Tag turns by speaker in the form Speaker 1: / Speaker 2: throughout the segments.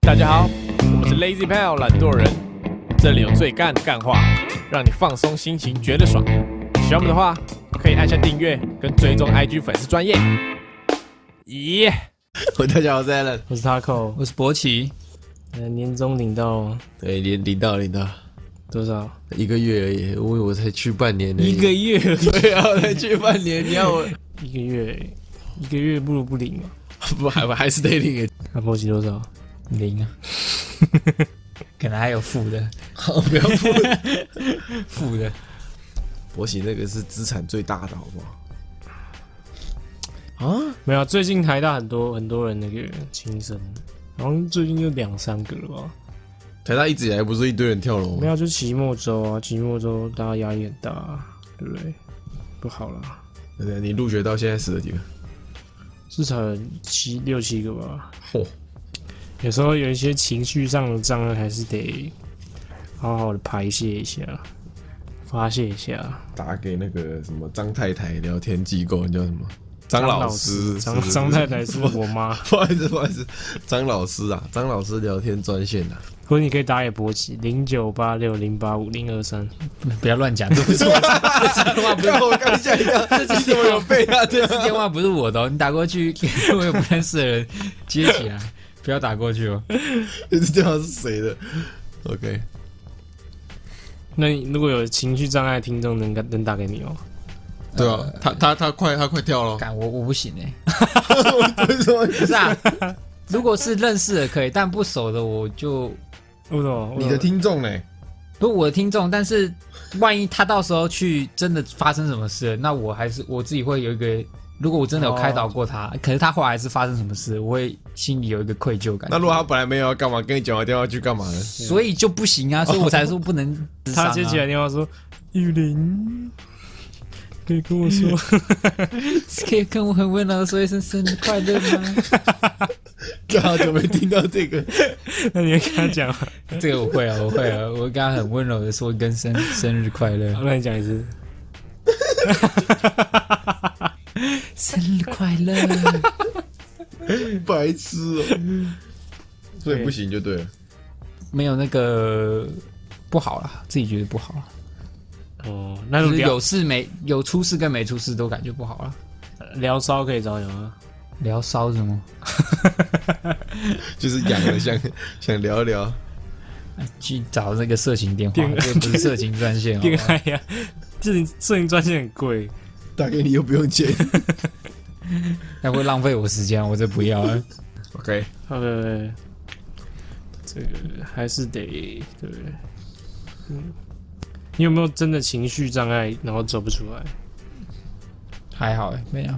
Speaker 1: 大家好，我们是 Lazy Pal 懒惰人，这里有最干的干话，让你放松心情，觉得爽。喜欢我们的话，可以按下订阅跟追踪 IG 粉丝专业。咦、
Speaker 2: 我大家好，我是 Allen。
Speaker 3: 我是 Taco，
Speaker 4: 我是博奇，
Speaker 3: 呃，年终领到
Speaker 2: 对，领领到领到
Speaker 3: 多少？
Speaker 2: 一个月而已，我以为我才去半年而已
Speaker 3: 一个月，
Speaker 2: 对啊，我才去半年，你要 我
Speaker 3: 一个月，一个月不如不领嘛。
Speaker 2: 不还还是得领耶，
Speaker 3: 那波奇多少？
Speaker 4: 零啊，可能还有负的，
Speaker 2: 好不要不。
Speaker 4: 负的
Speaker 2: 博喜那个是资产最大的，好不好？啊，
Speaker 3: 没有啊，最近台大很多很多人那个轻生，好像最近就两三个了吧。
Speaker 2: 台大一直以来不是一堆人跳楼
Speaker 3: 没
Speaker 2: 吗？
Speaker 3: 有，就期末周啊，期末周大家压力很大，啊对不对？不好啦，
Speaker 2: 对，你入学到现在死了几个？
Speaker 3: 至少有七六七个吧。
Speaker 2: 嚯、
Speaker 3: 有时候有一些情绪上的障碍，还是得好好的排泄一下，发泄一下。
Speaker 2: 打给那个什么张太太聊天机构，你叫什么？张
Speaker 3: 老
Speaker 2: 老师，
Speaker 3: 张
Speaker 2: 是
Speaker 3: 张太。太是我妈，
Speaker 2: 不好意思，不好意思，张老师啊，张老师聊天专线啊，
Speaker 3: 或者你可以打给博奇零九八六零八五零二三，
Speaker 4: 不要乱讲，这不是我，这电话不是
Speaker 2: 我刚吓一跳，这怎么有被他这
Speaker 4: 这电话不是我的哦、你打过去，我有不认识的人接起来，不要打过去哦。
Speaker 2: 这电话是谁的？OK，
Speaker 3: 那你如果有情绪障碍的听众能能打给你哦，
Speaker 2: 对啊，他他他快他快跳了，
Speaker 4: 干我我不行 哎、
Speaker 2: 为什么？
Speaker 4: 不是啊，如果是认识的可以，但不熟的我就
Speaker 3: 为什么？
Speaker 2: 你的听众呢？
Speaker 4: 不是我的听众，但是万一他到时候去真的发生什么事，那我还是我自己会有一个。如果我真的有开导过他，
Speaker 3: 哦
Speaker 4: 可是他后来还是发生什么事，我会心里有一个愧疚感。
Speaker 2: 那如果他本来没有要干嘛，跟你讲完电话去干嘛呢？
Speaker 4: 所以就不行啊，所以我才说不能、啊。
Speaker 3: 他接起来电话说雨林，可以跟我说，
Speaker 4: 可以跟我很温柔的说一声生日快乐吗？
Speaker 2: 好久没听到这个，
Speaker 3: 那你会跟他讲吗，
Speaker 4: 这个我会啊，我会啊，我跟他很温柔的说一根生生日快乐
Speaker 3: 好，，那你讲一次，
Speaker 4: 生日快乐。
Speaker 2: 白痴哦。所以不行就对了，
Speaker 4: 没有那个不好啦，自己觉得不好啦，
Speaker 3: 哦，那如果
Speaker 4: 就是
Speaker 3: 聊
Speaker 4: 有事没有出事跟没出事都感觉不好啦。
Speaker 3: 聊骚可以找你 吗？
Speaker 4: 聊骚什么？
Speaker 2: 就是痒了，想想聊聊。
Speaker 4: 去找那个色情电话，
Speaker 3: 电
Speaker 4: 这不是色情专 线
Speaker 3: 恋
Speaker 4: 哦。
Speaker 3: 爱呀，这里摄影专线很贵，
Speaker 2: 打给你又不用接。
Speaker 4: 那会浪费我时间，我这不要啊。
Speaker 2: OK，
Speaker 3: 他的这个还是得对不对？嗯，你有没有真的情绪障碍，然后走不出来？
Speaker 4: 还 好哎，没有。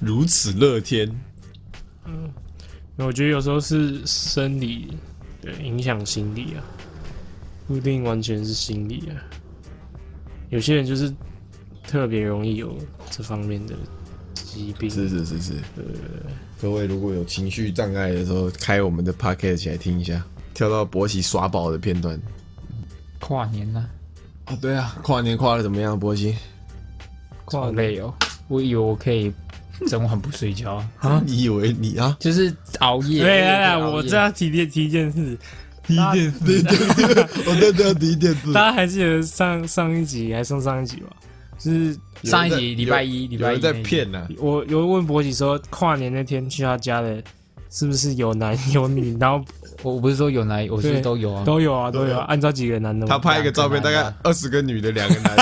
Speaker 2: 如此乐天，
Speaker 3: 我觉得有时候是生理对影响心理啊，不一定完全是心理啊。有些人就是特别容易有这方面的疾病，
Speaker 2: 是是是是。各位如果有情绪障碍的时候，开我们的 Podcast 起来听一下，跳到博喜耍宝的片段。
Speaker 4: 跨年呢、
Speaker 2: 哦，对啊，跨年跨的怎么样，博喜？
Speaker 4: 好累哦。我以为我可以整晚不睡觉，
Speaker 2: 你以为你啊？
Speaker 4: 就是熬夜。
Speaker 3: 对啊，
Speaker 4: 熬夜
Speaker 3: 我这样提炼提一件事，
Speaker 2: 第一件事，对对哦对，我真的要第一件
Speaker 4: 嗯
Speaker 2: 事。
Speaker 3: 大家还记得上上一集还上上一集吧？就是
Speaker 4: 上一集礼拜一，礼
Speaker 2: 有
Speaker 4: 拜
Speaker 2: 人
Speaker 4: 一
Speaker 2: 在
Speaker 4: 那一集
Speaker 2: 骗呢、啊
Speaker 3: 我有问博喜说，跨年那天去他家的，是不是有男有女？然后
Speaker 4: 我 我不是说有来，我
Speaker 3: 对
Speaker 4: 是都有啊。
Speaker 3: 都有啊，都有啊。按照几个男的嘛，
Speaker 2: 他拍一个照片，大
Speaker 4: 两
Speaker 2: 概
Speaker 4: 个男
Speaker 2: 二十个女的，两个男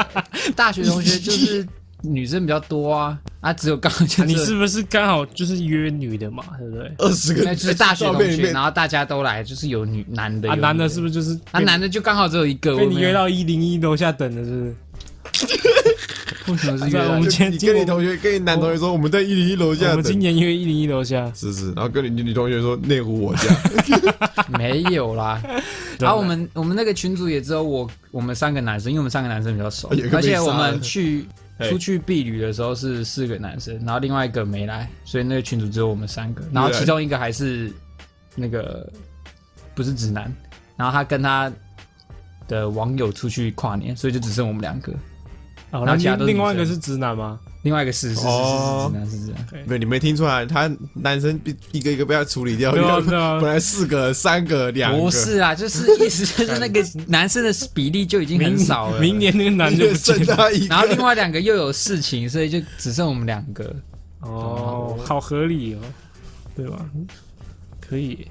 Speaker 2: 的。
Speaker 4: 大学同学就是 女生比较多啊，啊，只有刚好就
Speaker 3: 你是
Speaker 4: 是。
Speaker 3: 不是刚好就是约女的嘛？对不对？
Speaker 2: 二十个
Speaker 4: 那就是大学
Speaker 2: 照
Speaker 4: 同
Speaker 2: 片里
Speaker 4: 学，
Speaker 2: 面
Speaker 4: 然后大家都来，就是有女男的，
Speaker 3: 哦啊，
Speaker 4: 有
Speaker 3: 男的
Speaker 4: 女
Speaker 3: 是不是就是
Speaker 4: 啊，男的就刚好只有一个。
Speaker 3: 被
Speaker 4: 我
Speaker 3: 你
Speaker 4: 没
Speaker 3: 约
Speaker 4: 有，
Speaker 3: 到一零一楼下等的，是不是？
Speaker 4: 为什么 是
Speaker 3: 啊
Speaker 4: 约
Speaker 3: 我
Speaker 4: 到
Speaker 3: 们
Speaker 4: 一个？
Speaker 3: 前
Speaker 2: 就你
Speaker 3: 今
Speaker 2: 跟
Speaker 3: 我
Speaker 2: 你同学跟你男同学说，我们在一零一楼下
Speaker 3: 我
Speaker 2: 等
Speaker 3: 们。今年约一零一楼下，
Speaker 2: 是是，然后跟你女女同学说内湖我家，
Speaker 4: 没有啦。
Speaker 3: 对
Speaker 4: 然后我们我们那个群主也只有我我们三个男生，因为我们三个男生比较 熟
Speaker 2: 有一，个
Speaker 4: 而
Speaker 2: 被
Speaker 4: 且
Speaker 2: 杀
Speaker 4: 我
Speaker 2: 了
Speaker 4: 们去
Speaker 2: 嘿
Speaker 4: 出去避旅的时候是四个男生，然后另外一个没来，所以那个群主只有我们三个，然后其中一个还是那个不是直男，然后他跟他的网友出去跨年，所以就只剩我们两个。
Speaker 3: 哦，
Speaker 4: 然后
Speaker 3: 那
Speaker 4: 其他都是
Speaker 3: 另
Speaker 4: 女
Speaker 3: 外一个
Speaker 4: 生
Speaker 3: 是直男吗？
Speaker 4: 另外一个是是是是
Speaker 3: 哦
Speaker 4: 是直男是直男，
Speaker 2: 没有，你没听出来，他男生一个一个被他处理掉，
Speaker 3: 对啊
Speaker 2: 因为
Speaker 3: 对啊
Speaker 2: 本来四个、三个、两个，
Speaker 4: 不是啊，就是意 思就是那个男生的比例就已经很少了。
Speaker 3: 明年那个男
Speaker 2: 一
Speaker 3: 就
Speaker 2: 个
Speaker 3: 不见
Speaker 2: 剩
Speaker 3: 了。
Speaker 2: 他一
Speaker 4: 然后
Speaker 2: 个。
Speaker 4: 另外两个又有事情，所以就只剩我们两个。
Speaker 3: 哦，好合理哦，对吧？可以，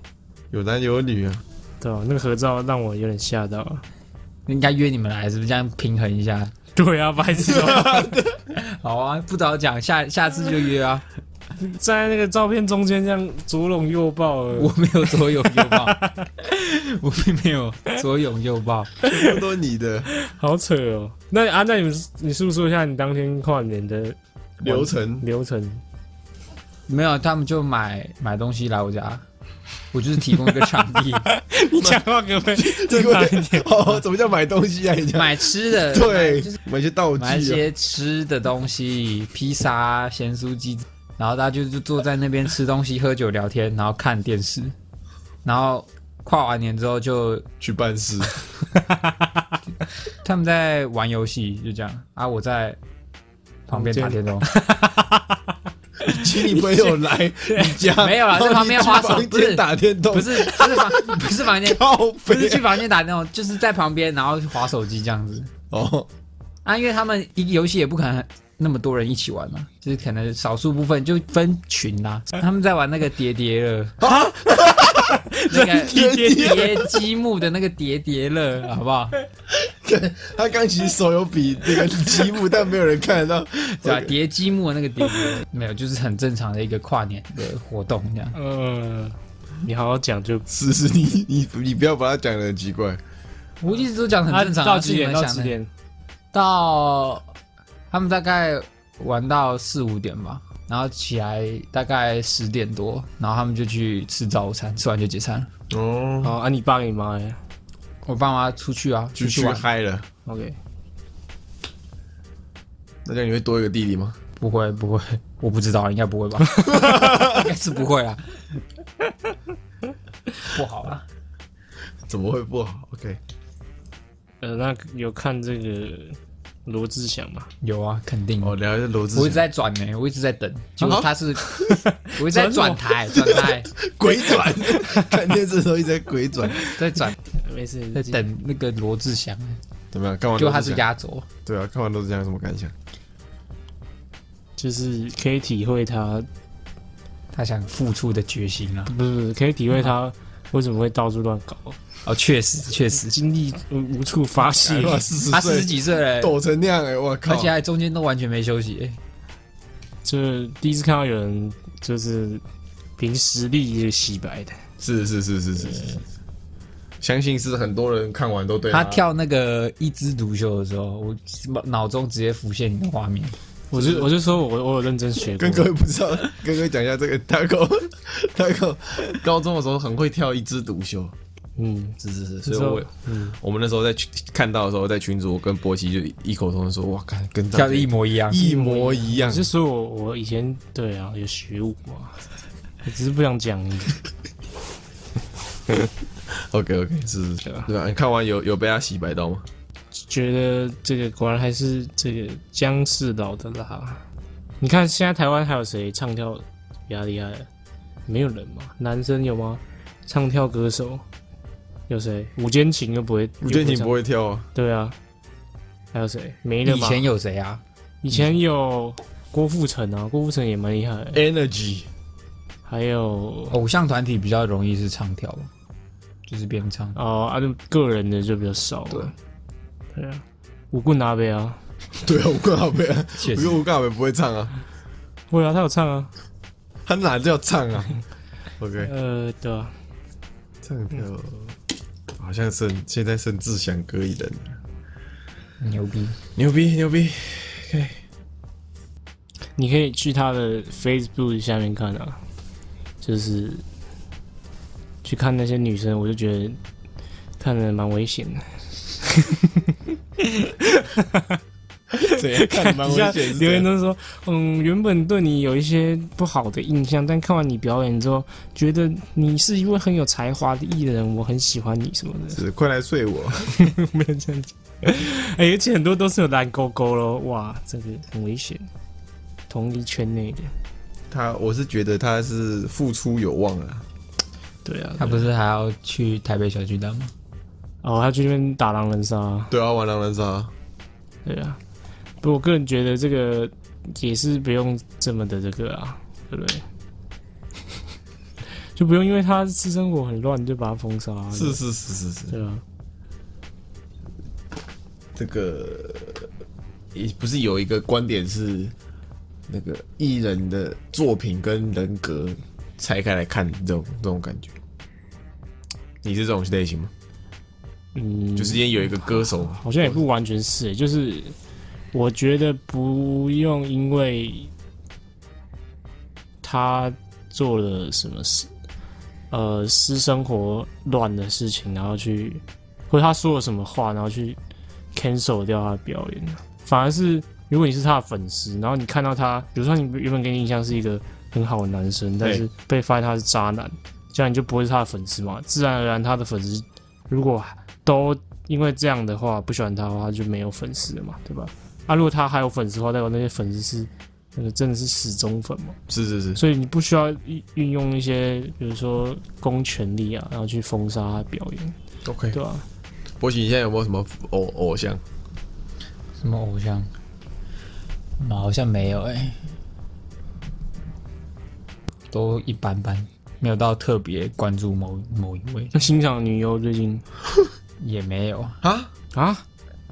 Speaker 2: 有男有女啊，
Speaker 3: 对吧？那个合照让我有点吓到了。
Speaker 4: 应该约你们来，是不是这样平衡一下？
Speaker 3: 对啊，白痴哦！
Speaker 4: 好啊，不早讲，下下次就约啊。
Speaker 3: 在那个照片中间这样左拥右抱了，
Speaker 4: 我没有左拥右抱， 我并没有左拥右抱。
Speaker 2: 全部都是你的
Speaker 3: 好扯哦。那啊，那你们你诉说一下你当天跨年的
Speaker 2: 流程，
Speaker 3: 流程？
Speaker 4: 没有，他们就买买东西来我家，我就是提供一个场地，
Speaker 3: 你讲话可不可以正常一点？
Speaker 2: 哦，怎么叫买东西啊？你讲
Speaker 4: 买吃的，
Speaker 2: 对
Speaker 4: 就是，
Speaker 2: 买一些道具
Speaker 4: 买
Speaker 2: 啊，
Speaker 4: 一些吃的东西，披萨啊、咸酥鸡，然后大家就就坐在那边吃东西、喝酒、聊天，然后看电视，然后跨完年之后就
Speaker 2: 去办事。
Speaker 4: 他们在玩游戏，就这样啊，我在旁边打电动，
Speaker 2: 请你朋友来你家，
Speaker 4: 没有啦
Speaker 2: 然后
Speaker 4: 在旁边
Speaker 2: 你去
Speaker 4: 划手
Speaker 2: 房
Speaker 4: 不是
Speaker 2: 间打电动，
Speaker 4: 不是不是房 不是 房间，
Speaker 2: 靠
Speaker 4: 不是去
Speaker 2: 背
Speaker 4: 房间打电动，就是在旁边然后划手机这样子
Speaker 2: 哦，
Speaker 4: 啊，因为他们一个游戏也不可能。那么多人一起玩嘛，就是可能少数部分就分群啦、他们在玩那个叠叠乐， 那个
Speaker 2: 叠叠乐
Speaker 4: 叠积木的那个叠叠乐，好不好？
Speaker 2: 他刚其实手有比那个积木，但没有人看得到。
Speaker 4: 对吧？叠积木的那个叠叠乐，没有，就是很正常的一个跨年的活动 这样。
Speaker 3: 呃，你好好讲就是
Speaker 2: 是，你你你不要把它讲的很奇怪。
Speaker 4: 我一直都讲很
Speaker 3: 啊
Speaker 4: 正常、
Speaker 3: 到
Speaker 4: 是
Speaker 3: 几
Speaker 4: 你
Speaker 3: 点？
Speaker 4: 们
Speaker 3: 到
Speaker 4: 想
Speaker 3: 几
Speaker 4: 的
Speaker 3: 点？
Speaker 4: 到他们大概玩到四五点吧，然后起来大概十点多，然后他们就去吃早餐，吃完就解散了。
Speaker 2: 哦，
Speaker 3: 好啊，你爸你妈哎
Speaker 4: 我爸妈出去啊，出
Speaker 2: 就
Speaker 4: 去
Speaker 2: 去
Speaker 4: 玩，
Speaker 2: 嗨了。
Speaker 3: ，OK，
Speaker 2: 那这样你会多一个弟弟吗？
Speaker 4: 不会不会，我不知道，应该不会 吧？应该是不会啊，不好啊。
Speaker 2: 怎么会不好？OK，
Speaker 3: 呃，那有看这个罗志祥嘛？
Speaker 4: 有啊，肯定。
Speaker 2: 哦，聊一下罗志
Speaker 4: 我一
Speaker 2: 祥，
Speaker 4: 直在转呢、我一直在等，结果他 是，我一直在转台，啊转 台，
Speaker 2: 鬼转， 看电视的时候一直在鬼转，
Speaker 4: 在转，
Speaker 3: 没事，
Speaker 4: 在等那个哦罗志祥，
Speaker 2: 怎么样？看完
Speaker 4: 就
Speaker 2: 罗
Speaker 4: 他
Speaker 2: 志
Speaker 4: 是
Speaker 2: 祥，
Speaker 4: 压轴。
Speaker 2: 对啊，看完罗志祥有什么感想？
Speaker 3: 就是可以体会他，
Speaker 4: 他想付出的决心啊！
Speaker 3: 不是不是，可以体会他为什么会到处乱搞，
Speaker 4: 哦，确实
Speaker 2: 啊
Speaker 4: 确实，
Speaker 3: 精力无无处发泄。
Speaker 2: 哇，四十
Speaker 4: 他四
Speaker 2: 岁
Speaker 4: 十几岁了、
Speaker 2: 哎抖成那样哎，我靠！
Speaker 4: 而且还中间都完全没休息、
Speaker 3: 就是第一次看到有人就是凭实力就洗白的，
Speaker 2: 是是是是是是，相信是很多人看完都对
Speaker 4: 呃
Speaker 2: 啊
Speaker 4: 他跳那个一枝独秀的时候，我脑中直接浮现你的画面。
Speaker 3: 我就我就说我我有认真学过
Speaker 2: 跟，各位不知 道，跟各位讲一下这个 Taco Taco 高中的时候很会跳一枝独秀，
Speaker 3: 嗯，
Speaker 2: 是是是，
Speaker 3: 那
Speaker 2: 所以
Speaker 3: 时候
Speaker 2: 我
Speaker 3: 嗯，
Speaker 2: 我们那时候在群看到的时候，在群组我跟波奇就异口同声说，哇，看跟
Speaker 4: 跳的一模一样，
Speaker 2: 一模一样
Speaker 3: 我，是说我我以前对啊有学武嘛，我只是不想讲而已。
Speaker 2: OK OK，是是
Speaker 3: 对啊
Speaker 2: 对吧？你看完有有被他洗白到吗？
Speaker 3: 觉得这个果然还是这个姜是老的辣。你看现在台湾还有谁唱跳比较厉害的？没有人嘛？男生有吗？唱跳歌手有谁？吴坚情又不会，
Speaker 2: 吴建廷
Speaker 3: 又
Speaker 2: 不
Speaker 3: 会
Speaker 2: 会跳啊，
Speaker 3: 唱，对啊。还有谁？没了
Speaker 4: 以
Speaker 3: 嘛？
Speaker 4: 前有谁啊？
Speaker 3: 以前有郭富城啊，郭富城也蛮厉害的。
Speaker 2: Energy
Speaker 3: 还有
Speaker 4: 偶像团体比较容易是唱跳吧，就是边唱。
Speaker 3: 哦，啊，就个人的就比较少、啊。
Speaker 4: 对，
Speaker 3: 对啊，武棍拿呗啊，
Speaker 2: 对啊，吴冠豪被，
Speaker 4: 确
Speaker 2: 我
Speaker 4: 实
Speaker 2: 跟，吴冠豪不会唱啊，
Speaker 3: 会啊，他有唱啊。
Speaker 2: 他哪叫唱啊？OK，
Speaker 3: 呃，对啊，
Speaker 2: 唱跳好像剩现在剩志祥哥一人了。
Speaker 4: 牛逼！
Speaker 2: 牛逼牛逼！
Speaker 3: 你可以去他的 Facebook 下面看啊，就是去看那些女生，我就觉得看的蛮危险的。
Speaker 2: 怎样看蛮危
Speaker 3: 底下
Speaker 2: 险是怎
Speaker 3: 留言
Speaker 2: 样。
Speaker 3: 都说，嗯，原本对你有一些不好的印象，但看完你表演之后，觉得你是一位很有才华的艺人，我很喜欢你什么 的，
Speaker 2: 是快来睡我！
Speaker 3: 不能这样讲。哎、而且很多都是有蓝勾勾咯，哇，这个很危险。同一圈内的，
Speaker 2: 他我是觉得他是付出有望啊，
Speaker 3: 对啊，
Speaker 4: 他不是还要去台北小巨蛋吗？
Speaker 3: 哦，他去那边打狼人杀，
Speaker 2: 对啊，玩狼人杀，
Speaker 3: 对啊。不过我个人觉得这个也是不用这么的这个啊，对不对？ 就不用因为他私生活很乱就把他封杀、啊，
Speaker 2: 是是是是是，
Speaker 3: 对啊，
Speaker 2: 这个也不是有一个观点是那个艺人的作品跟人格拆开来看这种这种感觉。你是这种类型吗？
Speaker 3: 嗯，
Speaker 2: 就是今天有一个歌手，
Speaker 3: 好像也不完全是，欸就是我觉得不用因为他做了什么事，呃，私生活乱的事情，然后去或者他说了什么话，然后去 cancel 掉他的表演，啊反而是如果你是他的粉丝，然后你看到他，比如说你原本给你印象是一个很好的男生，但是被发现他是渣男，这样你就不会是他的粉丝嘛，自然而然他的粉丝如果都因为这样的话不喜欢他的话，他就没有粉丝了嘛，对吧？啊，如果他还有粉丝的话，代表那些粉丝是那个真的是死忠粉嘛，
Speaker 2: 是是是，
Speaker 3: 所以你不需要运运用一些比如说公权力啊，然后去封杀他的表演，
Speaker 2: OK，
Speaker 3: 对吧、
Speaker 2: 博喜，你现在有没有什么偶偶像？
Speaker 4: 什么偶像？嗯好像没有哎、都一般般，没有到特别关注某某一位，
Speaker 3: 那欣赏女优最近
Speaker 4: 也没有，
Speaker 2: 啊？
Speaker 3: 啊，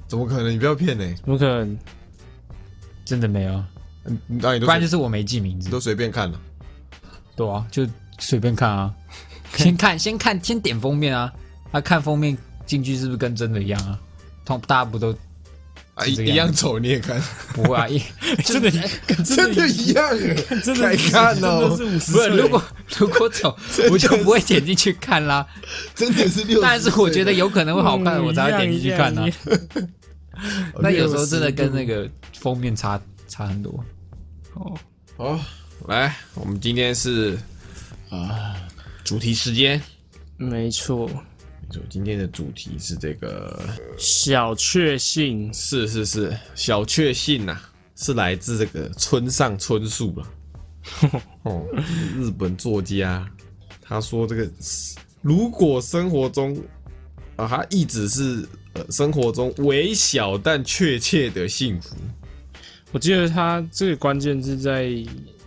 Speaker 2: 怎么可能？你不要骗欸呢、
Speaker 3: 怎么可能？
Speaker 4: 真的没有。啊
Speaker 2: 嗯那、你
Speaker 4: 不
Speaker 2: 都
Speaker 4: 然就
Speaker 2: 随
Speaker 4: 是我没记名字
Speaker 2: 你，都随便看了、
Speaker 4: 对啊，就随便 看啊，先看先看先点封面啊，啊看封面进去是不是跟真的一样啊？通大家不都
Speaker 2: 啊，
Speaker 4: 是
Speaker 2: 一
Speaker 4: 这个
Speaker 2: 一
Speaker 4: 样
Speaker 2: 样丑你也看，
Speaker 4: 不会啊？一
Speaker 3: 真的
Speaker 2: 真的一样欸，
Speaker 3: 真
Speaker 2: 还
Speaker 3: 的
Speaker 2: 看哦、
Speaker 3: 真的是五十
Speaker 4: 不是，
Speaker 3: 岁，
Speaker 4: 如果如果 走，我就不会点进去看啦。
Speaker 2: 真的是六。
Speaker 4: 但是我觉得有可能会好看，我才会点进去看
Speaker 3: 嗯
Speaker 4: 呢、
Speaker 3: 一样一样一
Speaker 4: 啊
Speaker 3: 样。
Speaker 2: 哦
Speaker 4: 那有时候真的跟那个封面差差很多。
Speaker 3: 哦，
Speaker 2: 好，来，我们今天是啊、主题时间，
Speaker 3: 没错，
Speaker 2: 没错，今天的主题是这个，
Speaker 3: 小确幸
Speaker 2: 是是是，小确幸呐、啊是来自这个村上春树 啊，哦，日本作家，他说这个如果生活中啊，他一直是呃生活中微小但确切的幸福，
Speaker 3: 我记得他这个关键是在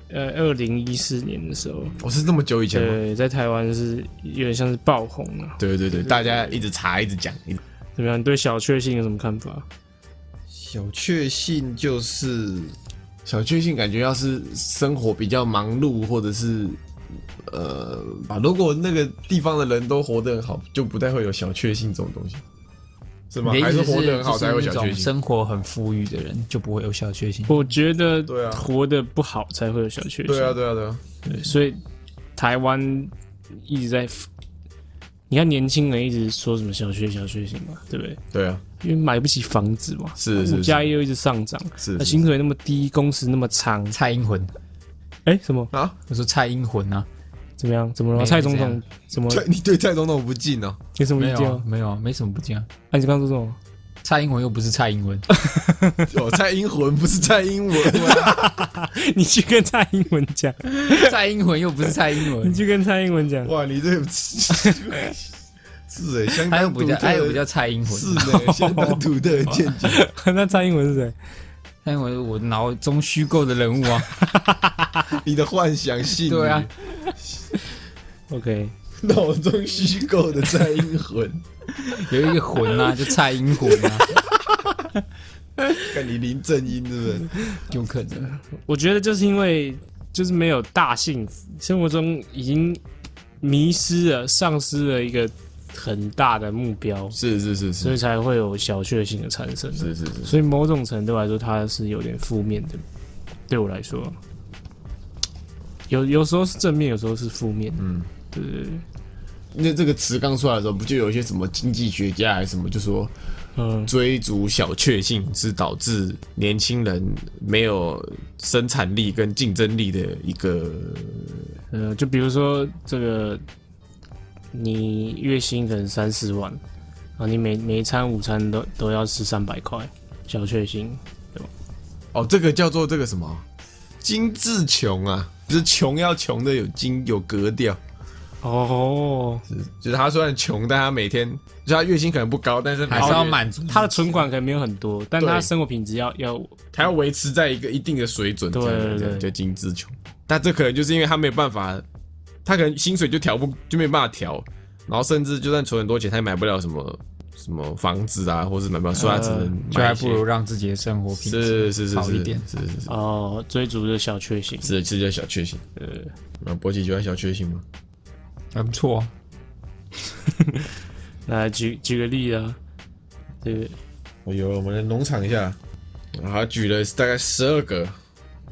Speaker 3: 呃二零一四年的时候，
Speaker 2: 我、哦是这么久以前吗？
Speaker 3: 对，在台湾是有点像是爆红啊。
Speaker 2: 对对对，大家一直查，一直讲，一直
Speaker 3: 怎么样？你对小确幸有什么看法？
Speaker 2: 小确幸就是小确幸，感觉要是生活比较忙碌，或者是呃，啊，如果那个地方的人都活得很好，就不太会有小确幸这种东西，是吗？
Speaker 4: 你的
Speaker 2: 还
Speaker 4: 意思
Speaker 2: 活得
Speaker 4: 是，
Speaker 2: 很好
Speaker 4: 就
Speaker 2: 才
Speaker 4: 是
Speaker 2: 会有
Speaker 4: 那
Speaker 2: 小
Speaker 4: 种
Speaker 2: 确幸？
Speaker 4: 生活很富裕的人就不会有小确幸。
Speaker 3: 我觉得
Speaker 2: 对啊
Speaker 3: 活得不好才会有小确幸。
Speaker 2: 对啊，对啊，对啊，
Speaker 3: 对所以台湾一直在，你看年轻人一直说什么小确小确幸嘛，对不对？
Speaker 2: 对啊，
Speaker 3: 因为买不起房子嘛，
Speaker 2: 是是
Speaker 3: 物价又一直上涨，
Speaker 2: 是
Speaker 3: 那
Speaker 2: 是
Speaker 3: 薪水那么低，工时那么长，
Speaker 4: 蔡英魂，
Speaker 3: 哎、什么
Speaker 2: 啊！
Speaker 4: 我说蔡英魂啊，
Speaker 3: 怎么样？怎么了？
Speaker 4: 没
Speaker 3: 蔡总
Speaker 4: 这
Speaker 3: 统
Speaker 4: 样
Speaker 3: 怎么
Speaker 2: 蔡，你对蔡总统不敬哦，
Speaker 3: 有什么
Speaker 4: 没
Speaker 3: 意
Speaker 4: 有
Speaker 3: 见
Speaker 4: 啊
Speaker 3: 吗？
Speaker 4: 没有啊，没什么不这样。
Speaker 3: 哎、你刚刚说什么？
Speaker 4: 蔡英文又不是蔡英 文，
Speaker 2: 哦，蔡英文不是蔡英文，
Speaker 3: 你去跟蔡英文讲，
Speaker 4: 蔡英文又不是蔡英
Speaker 3: 你
Speaker 4: 文，
Speaker 3: 去跟蔡英文讲，
Speaker 2: 哇，你这 是哎，相
Speaker 4: 他又
Speaker 2: 当
Speaker 4: 不
Speaker 2: 独
Speaker 4: 叫
Speaker 2: 特，
Speaker 4: 他又不叫蔡英
Speaker 2: 是
Speaker 4: 文，
Speaker 2: 呢，相当独特的见解。
Speaker 3: 那蔡英文是谁？
Speaker 4: 蔡英文我脑中虚构的人物 啊，
Speaker 2: 你的幻想性，
Speaker 4: 对啊，
Speaker 3: OK，
Speaker 2: 脑中虚构的蔡英 魂，
Speaker 4: 有一个魂啊，就蔡英魂啊，
Speaker 2: 看你林正英是不是？
Speaker 4: 有可 能。
Speaker 3: 我觉得就是因为就是没有大幸福，生活中已经迷失了、丧失了一个很大的目标，
Speaker 2: 是是是
Speaker 3: 所以
Speaker 2: 是
Speaker 3: 才会有小确幸的产生。
Speaker 2: 是是是，
Speaker 3: 所以某种程度来说，它是有点负面的。对我来说，有有时候是正面，有时候是负面。嗯，对对对。
Speaker 2: 那这个词刚出来的时候，不就有一些什么经济学家还是什么就说，
Speaker 3: 嗯，
Speaker 2: 追逐小确幸是导致年轻人没有生产力跟竞争力的一个
Speaker 3: 呃，就比如说这个，你月薪可能三四万，啊，你每每一餐午餐都都要吃三百块，小确幸。
Speaker 2: 哦，这个叫做这个什么精致穷啊，就是穷要穷的有精有格调，
Speaker 3: 哦，
Speaker 2: 就是他虽然穷，但他每天就他月薪可能不高，但是
Speaker 4: 还是
Speaker 2: 每
Speaker 4: 要
Speaker 2: 月
Speaker 4: 满足
Speaker 3: 他的存款可能没有很多，但他
Speaker 2: 对
Speaker 3: 生活品质要要
Speaker 2: 他要维持在一个一定的水准，
Speaker 3: 对
Speaker 2: 这样
Speaker 3: 对
Speaker 2: 这样
Speaker 3: 对
Speaker 2: 叫精致穷。但这可能就是因为他没有办法，他可能薪水就调不就没办法调，然后甚至就算存很多钱，他也买不了什么什么房子啊，或是买不了，所以他只能
Speaker 4: 就
Speaker 2: 买
Speaker 4: 还
Speaker 2: 一些
Speaker 4: 不如让自己的生活呃品质
Speaker 2: 是是是
Speaker 4: 好一点。
Speaker 2: 是是是
Speaker 3: 哦追逐的小确幸。
Speaker 2: 是是叫小确幸。
Speaker 3: 呃，
Speaker 2: 那博奇喜欢小确幸吗？
Speaker 4: 还不错、啊。
Speaker 3: 来举举个例啊，这个
Speaker 2: 哎呦，我们来农场一下，我还举了大概十二个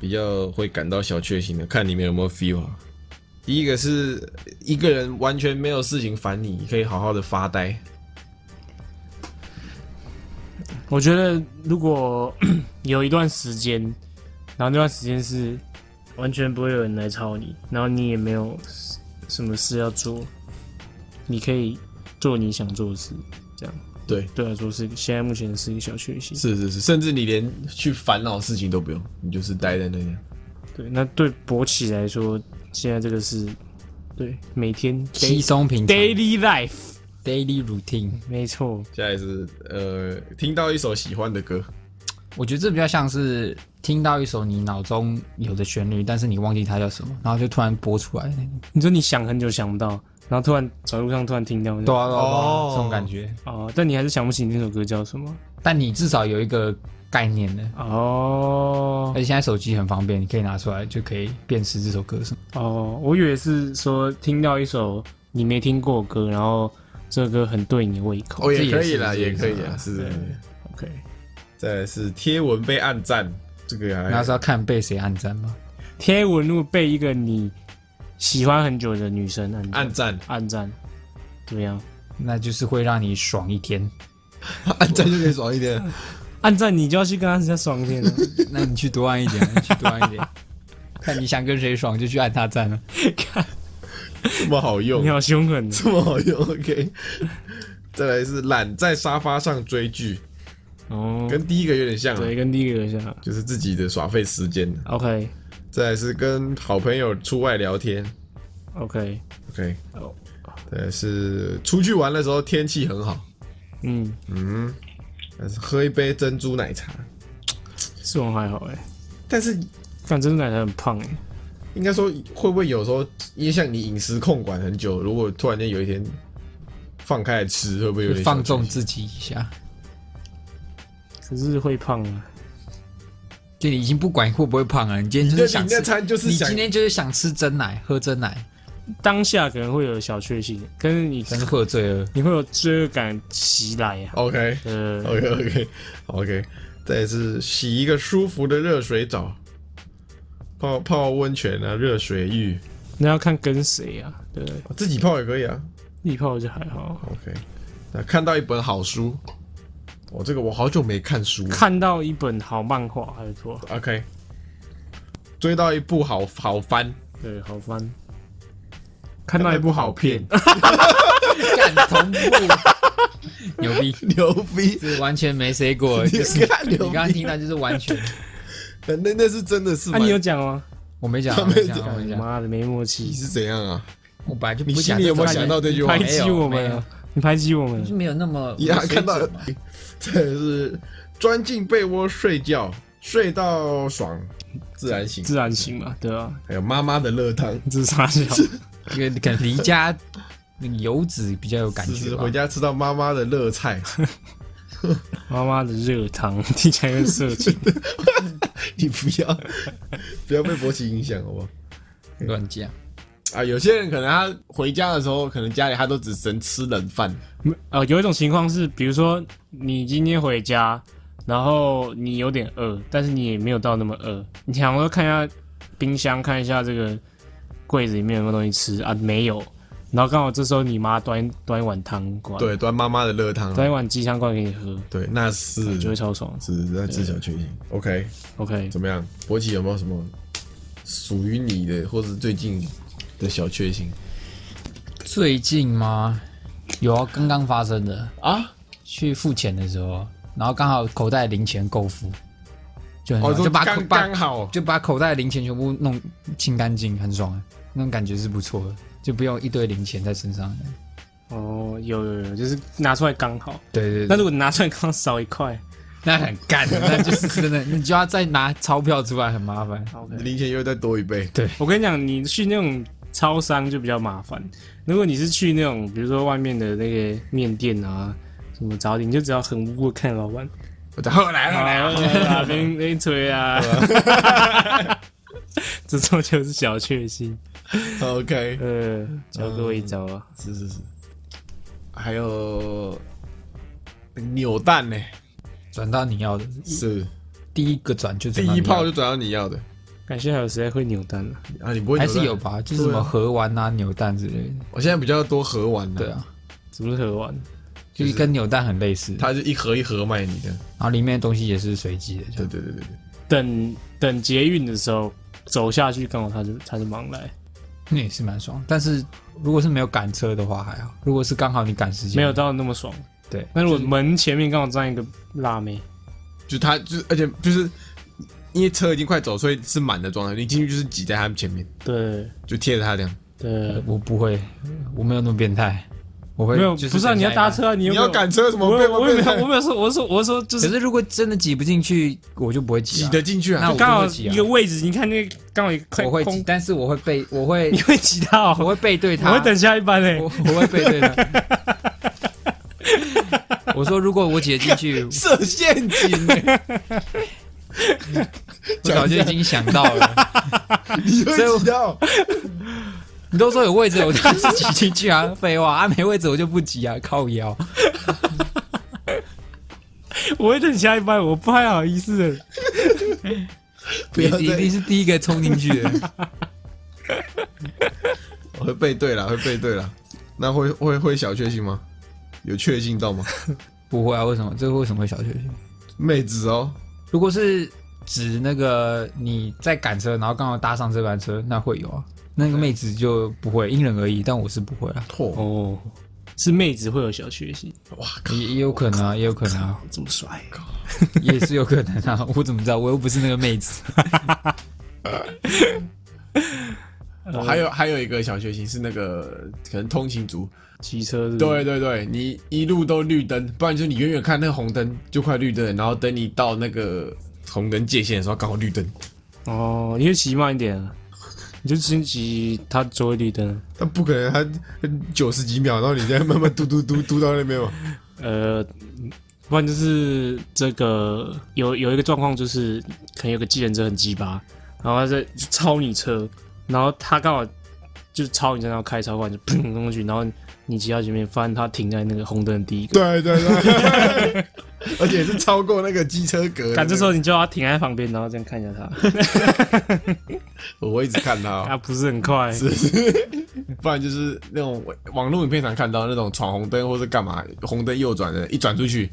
Speaker 2: 比较会感到小确幸的，看你们有没有 feel 啊。第一个是一个人完全没有事情烦你，可以好好的发呆。
Speaker 3: 我觉得如果 有一段时间，然后那段时间是完全不会有人来吵你，然后你也没有什么事要做，你可以做你想做的事，这样
Speaker 2: 对，
Speaker 3: 对我来说是一个现在目前是一个小确幸。
Speaker 2: 是是是，甚至你连去烦恼事情都不用，你就是待在那里。
Speaker 3: 对，那对勃起来说，现在这个是对每天
Speaker 4: 稀
Speaker 3: da-
Speaker 4: 松平常
Speaker 3: daily life，
Speaker 4: ，daily routine。
Speaker 3: 没错，
Speaker 2: 接下来是呃，听到一首喜欢的歌，
Speaker 4: 我觉得这比较像是听到一首你脑中有的旋律，但是你忘记它叫什么，然后就突然播出来那种。
Speaker 3: 你说你想很久想不到，然后突然走在路上突然听到，
Speaker 4: 对啊对啊对
Speaker 2: 哦
Speaker 4: 啊，这种感觉。
Speaker 3: 哦，但你还是想不起那首歌叫什么
Speaker 4: 但你至少有一个概念的，
Speaker 3: 哦
Speaker 4: 而且现在手机很方便，你可以拿出来就可以辨识这首歌是什么。
Speaker 3: 哦，我以为是说听到一首你没听过的歌，然后这个歌很对你的胃口。
Speaker 2: 哦，
Speaker 4: 这
Speaker 2: 也
Speaker 4: 也
Speaker 2: 可以
Speaker 4: 是
Speaker 2: 啦，
Speaker 4: 这
Speaker 2: 也
Speaker 4: 也
Speaker 2: 可
Speaker 4: 是
Speaker 2: 以啊，是。
Speaker 3: 对
Speaker 2: 是是
Speaker 3: OK，
Speaker 2: 再来是贴文被暗赞，这个还
Speaker 4: 那是要看被谁暗赞吗？
Speaker 3: 贴文如果被一个你喜欢很久的女生按
Speaker 2: 暗
Speaker 3: 按
Speaker 2: 赞，
Speaker 3: 按赞，啊怎么样？
Speaker 4: 那就是会让你爽 一天。
Speaker 2: 暗赞就可以爽一 点。
Speaker 3: 按赞你就要去跟他人家爽一天了，
Speaker 4: 那你去多按一点，你去多按一点， 看你想跟谁爽就去按他赞了。
Speaker 2: 这么好用
Speaker 3: 你，好凶狠哦
Speaker 2: 这么好用。OK，再来是懒在沙发上追剧，
Speaker 3: 哦。
Speaker 2: 跟第一个有点像啊，
Speaker 3: 对，跟第一个有点像。
Speaker 2: 就是自己的耍费时间。
Speaker 3: OK
Speaker 2: 再来是跟好朋友出外聊天。
Speaker 3: OK，
Speaker 2: OK，
Speaker 3: 哦
Speaker 2: 再来是出去玩的时候天气很好，
Speaker 3: 嗯，
Speaker 2: 嗯，但是喝一杯珍珠奶茶，
Speaker 3: 这种还好哎，
Speaker 2: 但是
Speaker 3: 但珍珠奶茶很胖哎。
Speaker 2: 应该说会不会有时候，因为像你饮食控管很久，如果突然间有一天放开来吃，会不会有点
Speaker 4: 放纵
Speaker 2: 小确幸
Speaker 4: 自己一下，
Speaker 3: 可是会胖啊，
Speaker 4: 就你已经不管会不会胖了，你今天
Speaker 2: 你
Speaker 4: 就
Speaker 2: 的
Speaker 4: 是
Speaker 2: 你
Speaker 4: 想
Speaker 2: 那
Speaker 4: 吃，
Speaker 2: 餐就是
Speaker 4: 你
Speaker 2: 想
Speaker 4: 今天就是想吃真奶，喝真奶，
Speaker 3: 当下可能会有小确幸，可是你
Speaker 4: 但是会有罪恶。
Speaker 3: 你会有罪恶感袭来啊。
Speaker 2: OK
Speaker 3: 呃，
Speaker 2: OK OK OK，再来是洗一个舒服的热水澡，泡泡温泉啊，热水浴，哦
Speaker 3: 那要看跟谁啊，对不对？
Speaker 2: 自己泡也可以啊。
Speaker 3: 力泡就还好。
Speaker 2: OK，那看到一本好书，我、这个我好久没看书了。
Speaker 3: 看到一本好漫画还不错，
Speaker 2: OK，追到一部好好番，
Speaker 3: 对，好翻。看到一
Speaker 4: 哎
Speaker 3: 部好片，
Speaker 4: 干同步， 牛逼，
Speaker 2: 牛逼！
Speaker 4: 这完全没 say 过，
Speaker 3: 哦
Speaker 2: 你
Speaker 4: 就是
Speaker 2: 看
Speaker 4: 你
Speaker 2: 牛
Speaker 4: 刚刚
Speaker 2: 逼，
Speaker 4: 听到就是完全，
Speaker 2: 那那那是真的是
Speaker 3: 那、
Speaker 2: 蛮。
Speaker 3: 啊你有讲吗？
Speaker 4: 我没讲，
Speaker 2: 他
Speaker 4: 我
Speaker 2: 没
Speaker 4: 没讲，
Speaker 2: 讲
Speaker 4: 我没讲，
Speaker 3: 妈的，没默契
Speaker 2: 你，是怎样啊？
Speaker 4: 我本来就不
Speaker 2: 你心
Speaker 4: 讲。
Speaker 2: 里有没有
Speaker 4: 这
Speaker 2: 想
Speaker 4: 种
Speaker 2: 到这句话
Speaker 3: 排？
Speaker 4: 没有
Speaker 3: 挤我
Speaker 4: 没
Speaker 3: 们
Speaker 4: 有
Speaker 3: 啊！你排挤我们
Speaker 4: 就
Speaker 3: 啊，
Speaker 4: 没有那么
Speaker 2: 一嗯看到
Speaker 4: 水准嘛，
Speaker 2: 这是钻进被窝睡觉，睡到爽，自然醒。
Speaker 3: 自然醒嘛，对吧、啊？
Speaker 2: 还有妈妈的热汤，
Speaker 3: 这是傻笑，
Speaker 4: 这个可能离家那个游子比较有感
Speaker 2: 就
Speaker 4: 觉
Speaker 2: 是
Speaker 4: 吧
Speaker 2: 回。家吃到妈妈的热 菜，
Speaker 3: 妈妈的热汤听起来有点色情。
Speaker 2: 你不要不要被博奇影响，好不好？
Speaker 4: 乱讲，
Speaker 2: 啊，有些人可能他回家的时候，可能家里他都只能吃冷饭，
Speaker 3: 没呃，有一种情况是，比如说你今天回家，然后你有点饿，但是你也没有到那么饿，你想说看一下冰箱，看一下这个柜子里面有没有东西吃啊，没有，然后刚好这时候你妈端端一碗汤过来，，
Speaker 2: 对，端妈妈的热汤啊，
Speaker 3: 端一碗鸡汤过来给你喝，
Speaker 2: 对，那是
Speaker 3: 就会超爽。
Speaker 2: 是那是小确幸。OK，
Speaker 3: OK，
Speaker 2: 怎么样？博奇有没有什么属于你的，或是最近的小确幸
Speaker 4: 最近吗？有啊，刚刚发生的，
Speaker 2: 啊？
Speaker 4: 去付钱的时候，然后刚好口袋零钱够付，就很
Speaker 2: 哦，
Speaker 4: 爽
Speaker 2: 说
Speaker 4: 就把口
Speaker 2: 刚
Speaker 4: 把
Speaker 2: 刚好，
Speaker 4: 就把口袋零钱全部弄清干净，很爽，啊那种感觉是不错的，就不用一堆零钱在身上。
Speaker 3: 哦，有有有，就是拿出来刚好。
Speaker 4: 对对
Speaker 3: 那
Speaker 4: 对，
Speaker 3: 如果你拿出来刚好少一块
Speaker 4: 那很干，那就是真的， 你就要再拿钞票出来，很麻烦。
Speaker 3: ，OK。
Speaker 2: 零钱又再多一倍。
Speaker 3: 我跟你讲，你去那种超商就比较麻烦。如果你是去那种，比如说外面的那个面店啊，什么早点，你就只要很无辜地看老板，
Speaker 2: 我再后来
Speaker 3: 好
Speaker 2: 后来，
Speaker 3: 哦来啊，边边吹啊， 这种就是小确幸。
Speaker 2: OK，
Speaker 3: 呃，教各位一招啊，
Speaker 2: 是是是，还有呃扭蛋呢、
Speaker 4: 转到你要的，
Speaker 2: 是
Speaker 4: 第一个转就
Speaker 2: 第
Speaker 4: 转到你
Speaker 2: 一
Speaker 4: 要的
Speaker 2: 炮就转到你要的
Speaker 3: 感谢还有谁会扭蛋啊？
Speaker 2: 啊，你不会
Speaker 4: 还
Speaker 2: 扭蛋
Speaker 4: 是有？吧，就是什么盒丸啊、扭蛋之类的。
Speaker 2: 我现在比较多盒玩的、
Speaker 4: 对，啊，
Speaker 3: 是不是喝完？
Speaker 4: 就是跟扭蛋很类似，然
Speaker 2: 它是一盒一盒卖你的。
Speaker 4: 后里面的东西也是随机的。
Speaker 2: 对
Speaker 4: 就
Speaker 2: 对对对对，
Speaker 3: 等等捷运的时候走下去，刚好他就他就忙来，
Speaker 4: 那也是蛮爽。但是如果是没有赶车的话还好，如果是刚好你赶时间，
Speaker 3: 没有到那么爽。
Speaker 4: 对，
Speaker 3: 那如果门前面刚好站一个辣妹，
Speaker 2: 就它就是，而且就是因为车已经快走，所以是满的状态，你进去就是挤在他们前面，
Speaker 3: 对
Speaker 2: 就贴着他这样。
Speaker 3: 对，
Speaker 4: 我不会，我没有那么变态，我会
Speaker 3: 没有，
Speaker 4: 就是
Speaker 3: 不是啊，
Speaker 4: 等
Speaker 3: 你
Speaker 4: 下
Speaker 3: 要搭
Speaker 4: 一班。
Speaker 3: 车啊，你有
Speaker 2: 你
Speaker 3: 没有
Speaker 2: 要赶车什么
Speaker 3: 我
Speaker 2: 被
Speaker 3: 有我也
Speaker 2: 被
Speaker 3: 没有，
Speaker 2: 被
Speaker 3: 我没有说，我说我说就
Speaker 4: 可
Speaker 3: 是
Speaker 4: 是如果真的挤不进去，我就不会挤、
Speaker 2: 挤
Speaker 4: 啊，
Speaker 2: 得进去啊
Speaker 4: 那？我
Speaker 3: 刚好
Speaker 4: 就会挤啊
Speaker 3: 一个位置，你看那个刚好一块
Speaker 4: 我会挤
Speaker 3: 空，，
Speaker 4: 但是我会背，我会
Speaker 3: 你会挤到
Speaker 4: 我
Speaker 3: 哦，
Speaker 4: 会背对
Speaker 3: 我
Speaker 4: 他，
Speaker 3: 会等下一班欸嘞
Speaker 4: 我，我会背对他。 我说，如果我挤得进去，
Speaker 2: 设陷阱、欸，
Speaker 4: 我早就已经想到了。
Speaker 2: 你会挤到。
Speaker 4: 你都说有位置，我就是挤进去啊！废话啊，没位置我就不挤啊， 靠腰。
Speaker 3: 我会等下一班，我不太好意思欸了。
Speaker 2: 不要再
Speaker 4: 你一定是第一个冲进去 的。
Speaker 2: 我 会背对了，会背对了。那会会会小确幸吗？有确幸到吗？
Speaker 4: 不会啊？为什么？这为什么会小确幸？
Speaker 2: 妹子哦，
Speaker 4: 如果是指那个你在赶车，然后刚好搭上这班车，那会有啊。那个妹子就不会，因人而异，但我是不会啊，
Speaker 2: 嚯，
Speaker 3: 哦，是妹子会有小确幸，
Speaker 2: 哇
Speaker 4: 也也有可能啊，也有可能 啊，
Speaker 3: 这么帅，
Speaker 4: 也是有可能啊，我怎么知道？我又不是那个妹子。
Speaker 2: 靠！还有还有一个小确幸是那个可能通勤族，
Speaker 3: 骑车是不是
Speaker 2: 对对对，你一路都绿灯，不然就是你远远看那个红灯就快绿灯了，然后等你到那个红灯界限的时候刚好绿灯，
Speaker 3: 哦，你就骑慢一点啊，你就先骑他周围绿灯。
Speaker 2: 但不可能他九十几秒，然后你再慢慢嘟嘟嘟嘟到那 边嘛。
Speaker 3: 呃，不然就是这个有有一个状况，就是可能有个计程车很鸡巴，然后他在超你车，然后他刚好就超你车，然后开超快就砰冲过去，然后你骑到前面，发现他停在那个红灯的第一个，
Speaker 2: 对对对，而且是超过那个机车格的那个。
Speaker 3: 但这时候你就要停在旁边，然后这样看一下他，
Speaker 2: 我会一直看 他哦、
Speaker 3: 他不是很快，
Speaker 2: 是是，不然就是那种网络影片常看到那种闯红灯或是干嘛，红灯右转的，一转出去，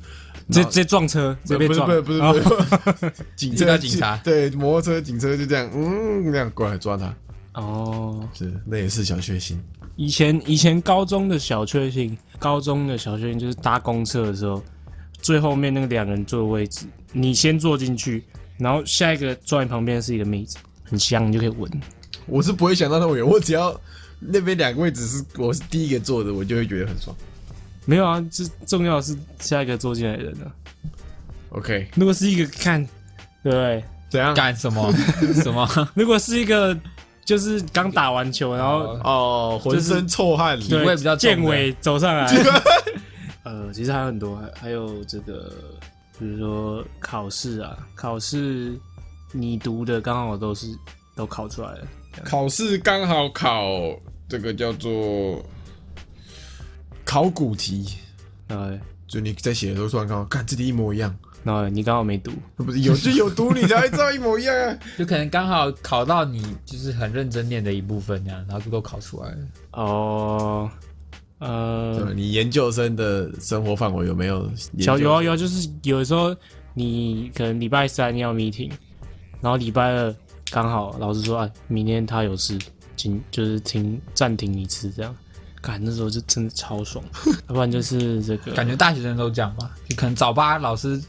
Speaker 3: 直接直接撞车，直接被
Speaker 2: 不是
Speaker 3: 撞
Speaker 2: 不，是不是不是，哦 警
Speaker 4: 遇到
Speaker 2: 车
Speaker 4: 警察
Speaker 2: 对，摩托车警车就这样，嗯，那样过来抓他，
Speaker 3: 哦。
Speaker 2: 是那也是小确幸，
Speaker 3: 以前以前高中的小确幸，高中的小确幸就是搭公车的时候，最后面那个两人坐的位置，你先坐进去，然后下一个坐你旁边是一个妹子，很香，你就可以闻。
Speaker 2: 我是不会想到那么远，我只要那边两个位置是我是第一个坐的，我就会觉得很爽。
Speaker 3: 没有啊，这重要的是下一个坐进来的人啊。
Speaker 2: OK，
Speaker 3: 如果是一个看，对不对？
Speaker 2: 怎样？
Speaker 4: 干什么？什么？
Speaker 3: 如果是一个就是刚打完球，然后
Speaker 2: 哦，浑身臭汗，
Speaker 4: 是体
Speaker 3: 对
Speaker 4: 味比较重的
Speaker 3: 健伟走上 来。呃，其实还有很多，还还有这个，比如说考试啊，考试你读的刚好都是都考出来了，
Speaker 2: 考试刚好考这个叫做考古题。
Speaker 3: 对，
Speaker 2: 就你在写的时候突然看到，看这题一模一样，
Speaker 3: 然后你刚好没读，
Speaker 2: 不是有就有毒，你才会照一模一 样啊！
Speaker 4: 就可能刚好考到你就是很认真念的一部分这样，然后都考出来了。
Speaker 3: 哦，呃，
Speaker 2: 对你研究生的生活范围有没有研
Speaker 3: 小
Speaker 2: 究？
Speaker 3: 有啊有啊，就是有的时候你可能礼拜三要 meeting，然后礼拜二刚好老师说，哎，明天他有事，停就是停暂停一次这样。感那时候就真的超 爽，要不然就是这个
Speaker 4: 感觉大学生都这样吧，就可能早八老师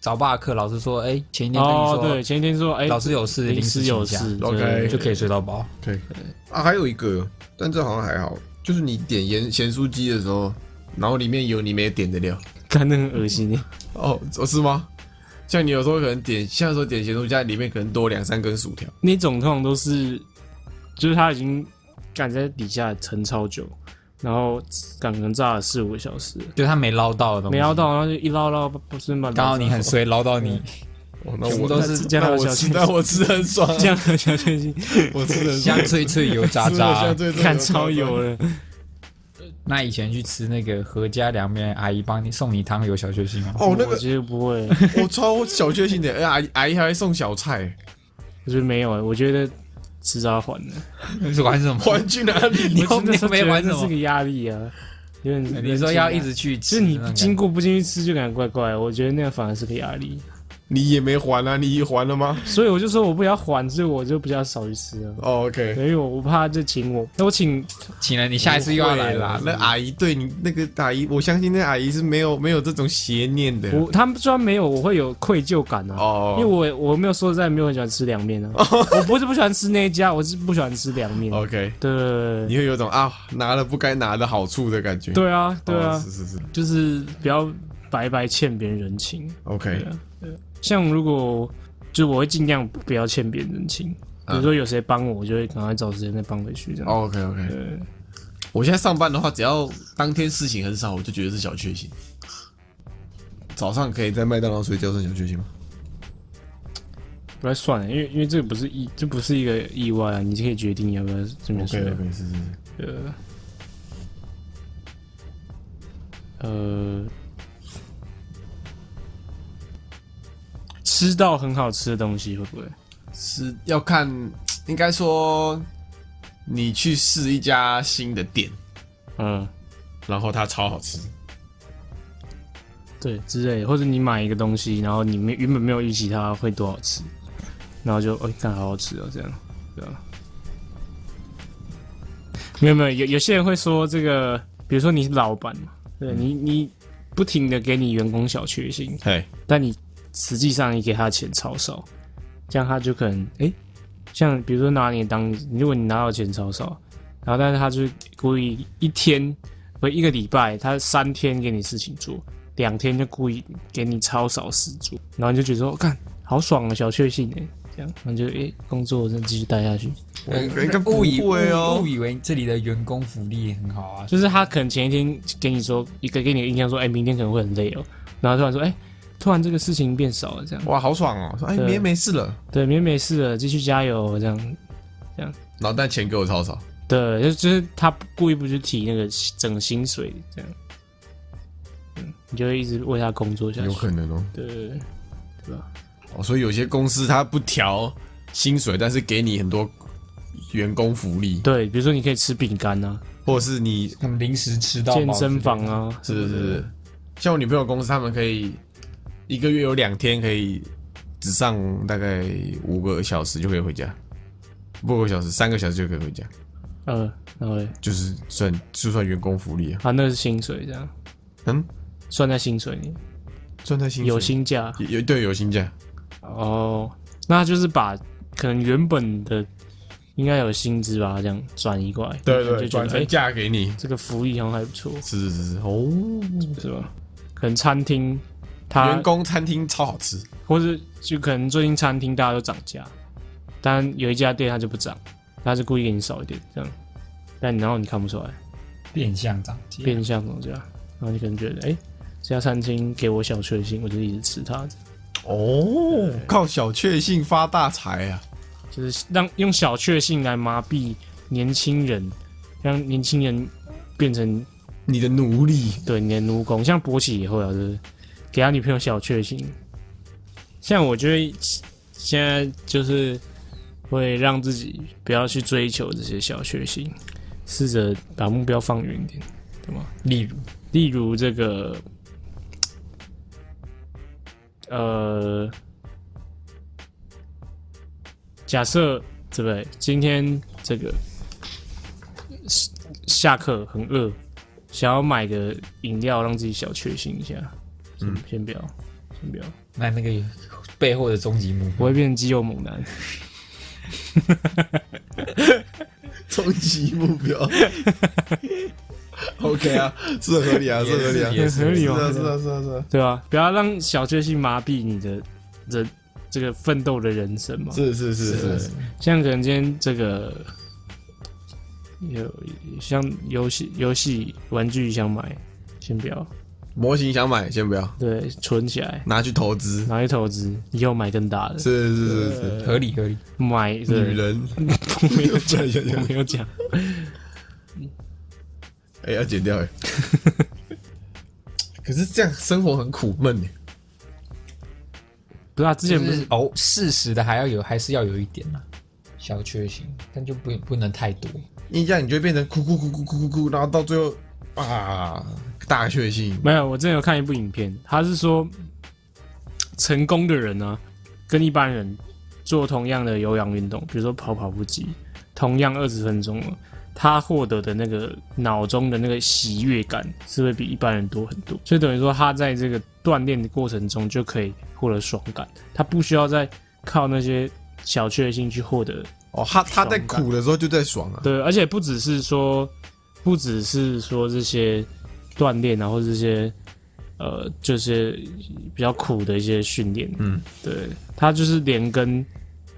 Speaker 4: 早八的课老师说，哎、前一天跟你
Speaker 3: 哦
Speaker 4: 说，，
Speaker 3: 对，前一天说哎、
Speaker 4: 老师有事，
Speaker 3: 临
Speaker 4: 时
Speaker 3: 时有
Speaker 4: 请假
Speaker 3: 事
Speaker 2: OK
Speaker 3: 对
Speaker 4: 就可以睡到饱。
Speaker 2: 对啊，还有一个，但这好像还好，就是你点盐咸酥鸡的时候，然后里面有你没点的料。
Speaker 3: 干那很恶心耶，
Speaker 2: 哦，哦是吗？像你有时候可能点，像有时候点咸酥鸡，里面可能多两三根薯条。
Speaker 3: 那种通常都是就是他已经干在底下撑超久，然后干可能炸了四五个小时，
Speaker 4: 就他没捞到的东西，
Speaker 3: 没捞，到，然后就一捞捞不是嘛，
Speaker 4: 刚好你很衰，捞到你，
Speaker 2: 哦，那
Speaker 4: 全部
Speaker 2: 我
Speaker 4: 都是
Speaker 3: 这样
Speaker 2: 那
Speaker 3: 的
Speaker 2: 我
Speaker 3: 小
Speaker 2: 吃，
Speaker 3: 确
Speaker 2: 那
Speaker 3: 幸，
Speaker 2: 我吃得很爽啊，
Speaker 3: 这样的小确幸，
Speaker 2: 我吃的
Speaker 4: 香脆脆油渣 渣。
Speaker 3: 看超油了，
Speaker 4: 那以前去吃那个何家凉面，阿姨帮你送你汤有小确幸吗？
Speaker 2: 哦，那
Speaker 3: 我
Speaker 2: 个
Speaker 3: 觉得不 会，
Speaker 2: 我超小确幸的，哎阿姨阿姨还会送 小菜，
Speaker 3: 我觉得没有，我觉得迟早还的，
Speaker 4: 你玩什么？
Speaker 2: 还去哪里？
Speaker 4: 你后
Speaker 3: 我真的是
Speaker 4: 面没
Speaker 3: 觉得
Speaker 4: 玩什
Speaker 3: 这是
Speaker 4: 么
Speaker 3: 个？压力啊，有点
Speaker 4: 你说要一。直去
Speaker 3: 就
Speaker 4: 吃
Speaker 3: 是
Speaker 4: 那
Speaker 3: 你
Speaker 4: 种感觉，
Speaker 3: 经过不进去吃就感觉怪怪的，我觉得那个反而是个压力，
Speaker 2: 你也没还啊？你还了吗、
Speaker 3: 所以我就说我不要还，所以我就比较少去吃啊。
Speaker 2: 哦、？OK，
Speaker 3: 因为我怕就请我，那我请
Speaker 4: 请了你下一次又要来了
Speaker 2: 不会啦。那阿姨对你那个阿姨，我相信那阿姨是没有没有这种邪念的。
Speaker 3: 我，他们虽然没有，我会有愧疚感啊，
Speaker 2: 哦，
Speaker 3: 因为我我没有说实在没有很喜欢吃凉面啊，我不是不喜欢吃那一家，我是不喜欢吃凉面。
Speaker 2: OK，
Speaker 3: 对
Speaker 2: 你会有种啊拿了不该拿的好处的感觉。
Speaker 3: 对啊，对
Speaker 2: 哦
Speaker 3: 啊
Speaker 2: 是，是是
Speaker 3: 就是不要白白欠别人人情。
Speaker 2: ，OK，
Speaker 3: 啊像如果就我会尽量不要欠别人人情，比如说有谁帮我，我就会赶快找时间再帮回去这样。
Speaker 2: 哦 OK OK。
Speaker 3: 对，
Speaker 2: 我现在上班的话，只要当天事情很少，我就觉得是小确幸。早上可以在麦当劳睡觉算小确幸吗？
Speaker 3: 不要算了，欸因为因为这个不是意，这不是一个意外啊，你就可以决定要不要这边睡啊。
Speaker 2: 是是是。
Speaker 3: 呃，呃，吃到很好吃的东西会不会？
Speaker 2: 是要看，应该说你去试一家新的店，
Speaker 3: 嗯，
Speaker 2: 然后它超好吃。
Speaker 3: 对，之类的，或者你买一个东西，然后你没原本没有预期它会多好吃，然后就哎，看、好好吃哦，这样，对啊。没有没有，有有些人会说这个，比如说你是老板嘛，对你你不停的给你员工小确幸，
Speaker 2: 嘿，
Speaker 3: 但你实际上你给他的钱超少，这样他就可能诶，像比如说拿你当，如果你拿到钱超少，然后但是他就故意一天或一个礼拜，他三天给你事情做，两天就故意给你超少事做，然后你就觉得说，看好爽啊，小确幸诶，这样，然后就诶，工作真的继续待下去，
Speaker 2: 我应该不
Speaker 4: 误以
Speaker 2: 会
Speaker 4: 误
Speaker 2: 哦。
Speaker 4: 以为这里的员工福利很好啊，
Speaker 3: 就是他可能前一天给你说一个给你的印象说，哎、明天可能会很累哦，然后突然说，哎、突然这个事情变少了，这样，
Speaker 2: 哇，好爽哦！说哎，
Speaker 3: 对
Speaker 2: 明天没事了，
Speaker 3: 对，明天没事了，继续加油，这样，
Speaker 2: 然后但钱给我超少。
Speaker 3: 对，就就是他故意不去提那个整个薪水这样，嗯，你就会一直为他工作下去，
Speaker 2: 能哦。
Speaker 3: 对对吧？
Speaker 2: 哦，所以有些公司它不调薪水，但是给你很多员工福利，
Speaker 3: 对，比如说你可以吃饼干啊，
Speaker 2: 或者是你
Speaker 4: 他们临时吃到饱
Speaker 3: 健身房
Speaker 4: 之类的，
Speaker 3: 啊，
Speaker 2: 是是是，像我女朋友公司，他们可以一个月有两天可以只上大概五个小时就可以回家，不五个小时，三个小时就可以回家，
Speaker 3: 呃，然后嘞
Speaker 2: 就是算就算员工福利啊。
Speaker 3: 啊，那个是薪水这样，
Speaker 2: 嗯，
Speaker 3: 算在薪水里，
Speaker 2: 算在薪水
Speaker 3: 有薪假
Speaker 2: 有有对有薪假，
Speaker 3: 哦，那他就是把可能原本的应该有薪资吧，这样转移过来，就觉
Speaker 2: 转
Speaker 3: 得哎、
Speaker 2: 成假给你。
Speaker 3: 这个福利好像还不错，
Speaker 2: 是是是是哦，
Speaker 3: 是吧？可能餐厅他
Speaker 2: 员工餐厅超好吃，
Speaker 3: 或者就可能最近餐厅大家都涨价，但有一家店它就不涨，它是故意给你少一点这样，但然后你看不出来，
Speaker 4: 变相涨价。
Speaker 3: 变相涨价，然后你可能觉得，哎、这家餐厅给我小确幸，我就一直吃它，
Speaker 2: 哦，靠小确幸发大财啊！
Speaker 3: 就是让用小确幸来麻痹年轻人，让年轻人变成
Speaker 2: 你的奴隶
Speaker 3: 对你的奴工，像博起以后啊，就是给他女朋友小确幸，像我就会现在就是会让自己不要去追求这些小确幸，试着把目标放远一点，对吗？
Speaker 4: 例如，
Speaker 3: 例如这个，呃，假设对不对？今天这个下下课很饿，想要买个饮料让自己小确幸一下，嗯，先不要，先不要，
Speaker 4: 那那个背后的终极目
Speaker 3: 我会变成肌肉猛男。
Speaker 2: 终极目 标。OK 啊，是合理啊，是合理啊，
Speaker 3: 是
Speaker 4: 也
Speaker 3: 也是
Speaker 2: 是
Speaker 3: 合理
Speaker 2: 啊，
Speaker 3: 哦
Speaker 2: 是啊，是啊，是啊，
Speaker 3: 对吧、不要让小确幸麻痹你的人这个奋斗的人生嘛。
Speaker 2: 是是是啊是，
Speaker 3: 像可能今天这个有像游戏游戏玩具想买，先不要，
Speaker 2: 模型想买先不要，
Speaker 3: 对，存起来，
Speaker 2: 拿去投资。
Speaker 3: 拿去投资，以后买更大的，
Speaker 2: 是是是是，
Speaker 4: 合理合理。
Speaker 3: 买女
Speaker 2: 女， 人，
Speaker 3: 对我没有讲，
Speaker 2: 有有有
Speaker 3: 我没有讲，
Speaker 2: 哎，要剪掉 哎。可是这样生活很苦闷哎。
Speaker 3: 不是啊，之前
Speaker 4: 就
Speaker 3: 不是
Speaker 4: 是哦，适时的还要有，还是要有一点嘛，小确幸，但就不不能太多。
Speaker 2: 一这样你就会变成哭哭哭哭哭哭哭，然后到最后啊，大确幸。
Speaker 3: 没有，我之前有看一部影片，他是说成功的人呢、跟一般人做同样的有氧运动，比如说跑跑步机，同样二十分钟了，他获得的那个脑中的那个喜悦感是会比一般人多很多，所以等于说他在这个锻炼的过程中就可以获得爽感，他不需要再靠那些小确幸去获得
Speaker 2: 哦，他他在苦的时候就在爽啊。
Speaker 3: 对，而且不只是说，不只是说这些锻炼啊，或者这些呃，就是比较苦的一些训练。
Speaker 2: 嗯，
Speaker 3: 对，他就是连跟比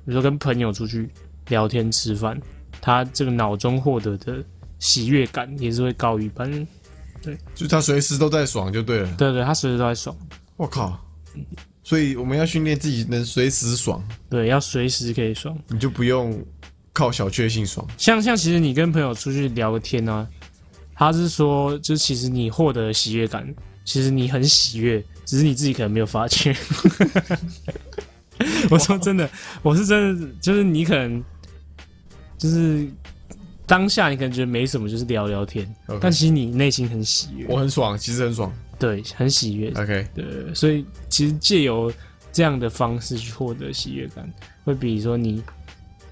Speaker 3: 如说跟朋友出去聊天吃饭，他这个脑中获得的喜悦感也是会高于一般人。
Speaker 2: 就他随时都在爽就对了。
Speaker 3: 对对，他随时都在爽。
Speaker 2: 我靠！所以我们要训练自己能随时爽，
Speaker 3: 对，要随时可以爽。
Speaker 2: 你就不用靠小确幸爽。
Speaker 3: 像像其实你跟朋友出去聊个天啊，他是说，就是其实你获得的喜悦感，其实你很喜悦，只是你自己可能没有发觉。 我说真的，我是真的，就是你可能就是当下你可能觉得没什么，就是聊聊天
Speaker 2: OK
Speaker 3: 但其实你内心很喜悦，
Speaker 2: 我很哎爽，其实很爽。
Speaker 3: 对，很喜悦
Speaker 2: OK，
Speaker 3: 对，所以其实借由这样的方式去获得喜悦感，会比说你